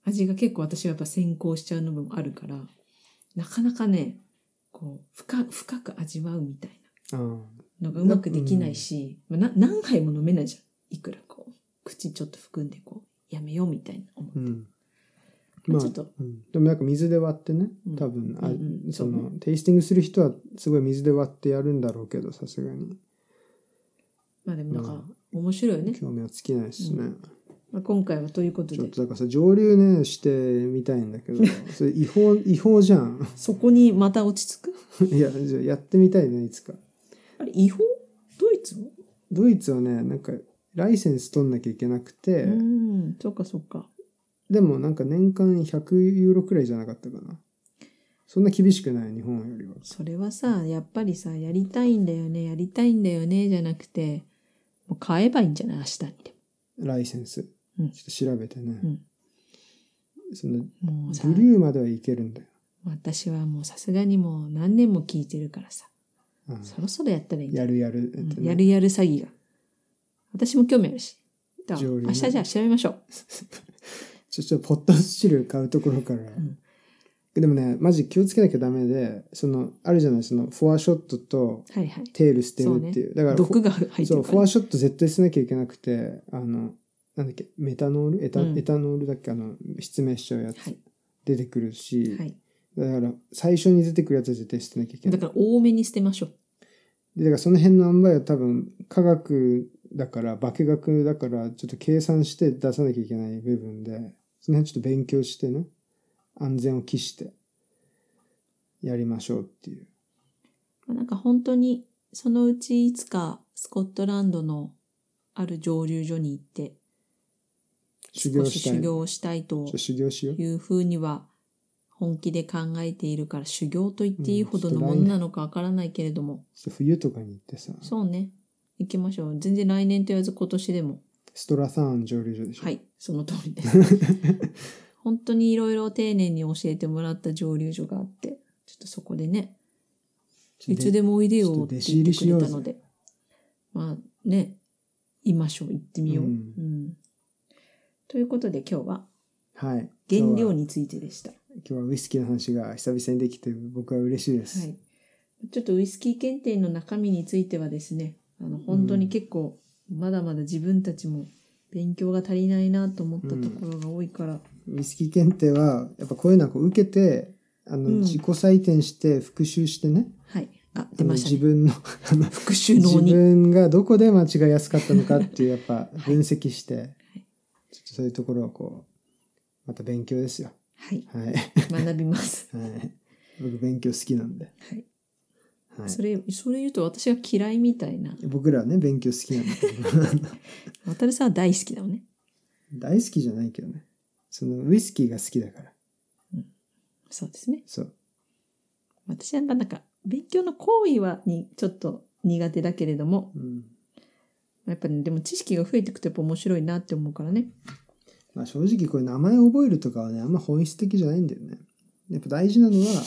Speaker 1: 味が結構私はやっぱ先行しちゃうのもあるからなかなかねこう深深く味わうみたい
Speaker 2: あー
Speaker 1: なのがうまくできないし、まあ、な何杯も飲めないじゃんいくらこう口ちょっと含んでこうやめようみたいな思う
Speaker 2: うん
Speaker 1: ま
Speaker 2: ま
Speaker 1: あ、
Speaker 2: あ
Speaker 1: ちょっと。
Speaker 2: うんでもなんか水で割ってね
Speaker 1: うん
Speaker 2: 多分、
Speaker 1: う
Speaker 2: あ
Speaker 1: んうん
Speaker 2: そ
Speaker 1: そう
Speaker 2: のテイスティングする人はすごい水で割ってやるんだろうけどさすがに
Speaker 1: まあでもなんか、面白いよね。
Speaker 2: 興味は尽きないですね、
Speaker 1: まあ、今回はということ
Speaker 2: ちょっ
Speaker 1: で、
Speaker 2: とだからさ上流ねしてみたいん だけどそれ違法違法じゃん
Speaker 1: そこにまた落ち着く
Speaker 2: いやじゃあやってみたいねいつか
Speaker 1: あれ、違法ドイツも
Speaker 2: ドイツはねなんかライセンス取んなきゃいけなくて、
Speaker 1: うん、そっかそっか。
Speaker 2: でもなんか年間100ユーロくらいじゃなかったかなそんな厳しくない日本よりは
Speaker 1: それはさ、やっぱりさ、やりたいんだよね、やりたいんだよね、じゃなくて、もう買えばいいんじゃない明日にで
Speaker 2: ライセンス、
Speaker 1: うん
Speaker 2: ちょっと調べてね、その
Speaker 1: も。もうさ、
Speaker 2: ブリューまではいけるんだよ、
Speaker 1: 私はもうさすがにもう何年も聞いてるからさ、
Speaker 2: うん
Speaker 1: そろそろやったらいいんじゃ
Speaker 2: やるやるって
Speaker 1: ない
Speaker 2: ね、
Speaker 1: うんやるやる詐欺が。私も興味あるし。だから
Speaker 2: 上流
Speaker 1: 明
Speaker 2: ね
Speaker 1: 日じゃあ調べましょう。
Speaker 2: ちょちょっとポットスチル買うところから、
Speaker 1: ん
Speaker 2: でもねマジ気をつけなきゃダメでそのあるじゃないそのフォアショットと
Speaker 1: はいはい。
Speaker 2: テール捨てるっていうだからフォ
Speaker 1: 毒が入って
Speaker 2: そう
Speaker 1: るか
Speaker 2: フォ
Speaker 1: ら
Speaker 2: ア。ショット絶対捨てなきゃいけなくてあのなんだっけメタノールエタ,、
Speaker 1: うん
Speaker 2: エタノールだっけあの失明しちゃうやつ、
Speaker 1: はい
Speaker 2: 出てくるし、
Speaker 1: はい。
Speaker 2: だから最初に出てくるやつは絶対捨てなきゃいけな
Speaker 1: だ
Speaker 2: い
Speaker 1: から多めに捨てましょう。
Speaker 2: でだからその辺の塩梅は多分科学だから化学だからちょっと計算して出さなきゃいけない部分でその辺ちょっと勉強してね安全を期してやりましょうっていう
Speaker 1: まあなんか本当にそのうちいつかスコットランドのある蒸留所に行って
Speaker 2: 修
Speaker 1: 少
Speaker 2: 行
Speaker 1: し
Speaker 2: したい
Speaker 1: 修
Speaker 2: ちょ
Speaker 1: 行をしたいと
Speaker 2: っと修行しよう
Speaker 1: いうふうには本気で考えているから修行と言っていいほどの
Speaker 2: うん
Speaker 1: も
Speaker 2: ちょっと来
Speaker 1: の
Speaker 2: 年
Speaker 1: なのかわからないけれども、
Speaker 2: ちょっと冬とかに行ってさ
Speaker 1: そうね行きましょう全然来年と言わず今年でも
Speaker 2: ストラサーン蒸留所でしょ、
Speaker 1: はいその通りです 本当にいろいろ丁寧に教えてもらった蒸留所があってちょっとそこでね
Speaker 2: ちょっ
Speaker 1: い
Speaker 2: と
Speaker 1: つでもおいで
Speaker 2: ちょ
Speaker 1: よ
Speaker 2: っ
Speaker 1: っ
Speaker 2: と
Speaker 1: て
Speaker 2: 弟子
Speaker 1: 言って
Speaker 2: 入り
Speaker 1: く
Speaker 2: しよ
Speaker 1: れ
Speaker 2: うぜ
Speaker 1: たので。まあね、いましょう。行ってみよう。う
Speaker 2: うんん
Speaker 1: ということで今日は
Speaker 2: はい
Speaker 1: 原料
Speaker 2: に
Speaker 1: についてでした。は
Speaker 2: 今日はウイスキーの話が久々にできて僕は嬉しいです、
Speaker 1: い。ちょっとウイスキー検定の中身についてはですね、あの本当に結構まだまだ自分たちも勉強が足りないなと思ったところが多いから、
Speaker 2: ウイスキー検定はやっぱこういうのはこう受けてあの、
Speaker 1: うん
Speaker 2: 自己採点して復習してね
Speaker 1: はい。あ、
Speaker 2: あ
Speaker 1: 出
Speaker 2: の
Speaker 1: ました
Speaker 2: 自
Speaker 1: ね。
Speaker 2: 分のあの
Speaker 1: 復習の
Speaker 2: 自
Speaker 1: 鬼。
Speaker 2: 分がどこで間違いやすかったのかっていうやっぱ分析して、ちょっとそういうところをこうまた勉強ですよ
Speaker 1: はい。
Speaker 2: はい、
Speaker 1: 学びます。
Speaker 2: はい、僕勉強好きなんで、
Speaker 1: はい。
Speaker 2: はい、
Speaker 1: それ、それ言うと私が嫌いみたいな。
Speaker 2: 僕らはね勉強好きなんだけど
Speaker 1: 渡るさんは大好きだよね。
Speaker 2: 大好きじゃないけどねそのウイスキーが好きだから
Speaker 1: そうですね。
Speaker 2: そう
Speaker 1: 私はなんか勉強の行為はにちょっと苦手だけれども
Speaker 2: うん
Speaker 1: やっぱり、でも知識が増えていくとやっぱ面白いなって思うからね
Speaker 2: まあ、正直これ名前覚えるとかはねあんま本質的じゃないんだよねやっぱ大事なのは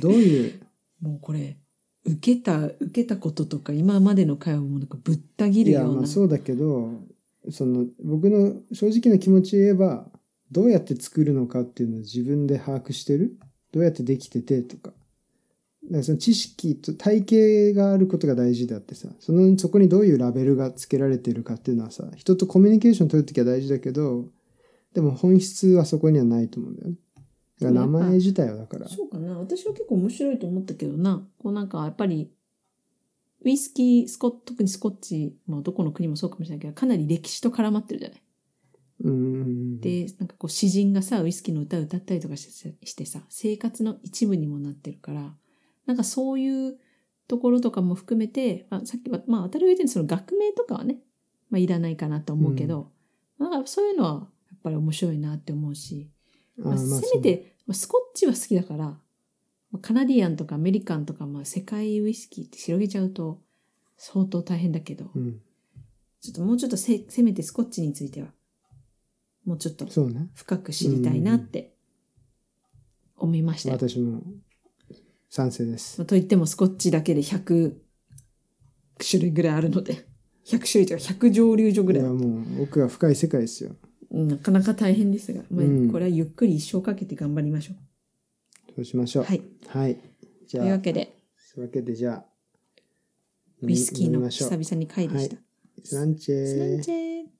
Speaker 2: どういう
Speaker 1: もうこれ受けた受けたこととか今までの会話もなんかぶった切
Speaker 2: い
Speaker 1: るよ
Speaker 2: や
Speaker 1: う
Speaker 2: ま
Speaker 1: な
Speaker 2: あそうだけどその僕の正直な気持ち言えばどうやって作るのかっていうのを自分で把握してるどうやってできててとかだからその知識と体系があることが大事であってさそのそこにどういうラベルがつけられてるかっていうのはさ人とコミュニケーション取るときは大事だけどでも本質はそこにはないと思うんだよねだから名前自体はだから
Speaker 1: そうかな私は結構面白いと思ったけどなこうなんかやっぱりウイスキースコ特にスコッチ、まあ、どこの国もそうかもしれないけどかなり歴史と絡まってるじゃない
Speaker 2: うん
Speaker 1: で、なんかこう詩人がさ、ウイスキーの歌を歌ったりとかしてしてさ、生活の一部にもなってるから、なんかそういうところとかも含めて、まあ、さっきは、まあ当たり前にその学名とかはね、まあいらないかなと思うけど、なんかそういうのはやっぱり面白いなって思うし、
Speaker 2: あー
Speaker 1: まあ、せめて、まあ、スコッチは好きだから、まあカナディアンとかアメリカンとか、まあ世界ウイスキーって広げちゃうと相当大変だけど、
Speaker 2: そううん、
Speaker 1: ちょっともうちょっとせ、せめてスコッチについては、もうちょっと
Speaker 2: そうね
Speaker 1: 深く知りたいなって思いましたよ。
Speaker 2: 私も賛成です
Speaker 1: まあといってもスコッチだけで100種類ぐらいあるので、100種類というか100蒸留所ぐ
Speaker 2: い
Speaker 1: らい
Speaker 2: や。もう奥は深い世界ですよ
Speaker 1: うんなかなか大変ですが、まあ
Speaker 2: うん
Speaker 1: これはゆっくり一生かけて頑張りましょ
Speaker 2: そうしまし
Speaker 1: う。
Speaker 2: ょう
Speaker 1: はい。
Speaker 2: はいじ
Speaker 1: と
Speaker 2: ゃあ
Speaker 1: いうわけで、
Speaker 2: そういうわけでじゃあ
Speaker 1: ウイスキー
Speaker 2: 飲み
Speaker 1: の
Speaker 2: ましょ
Speaker 1: 久
Speaker 2: う
Speaker 1: 々に会でした。
Speaker 2: スランチェ
Speaker 1: スナンチェー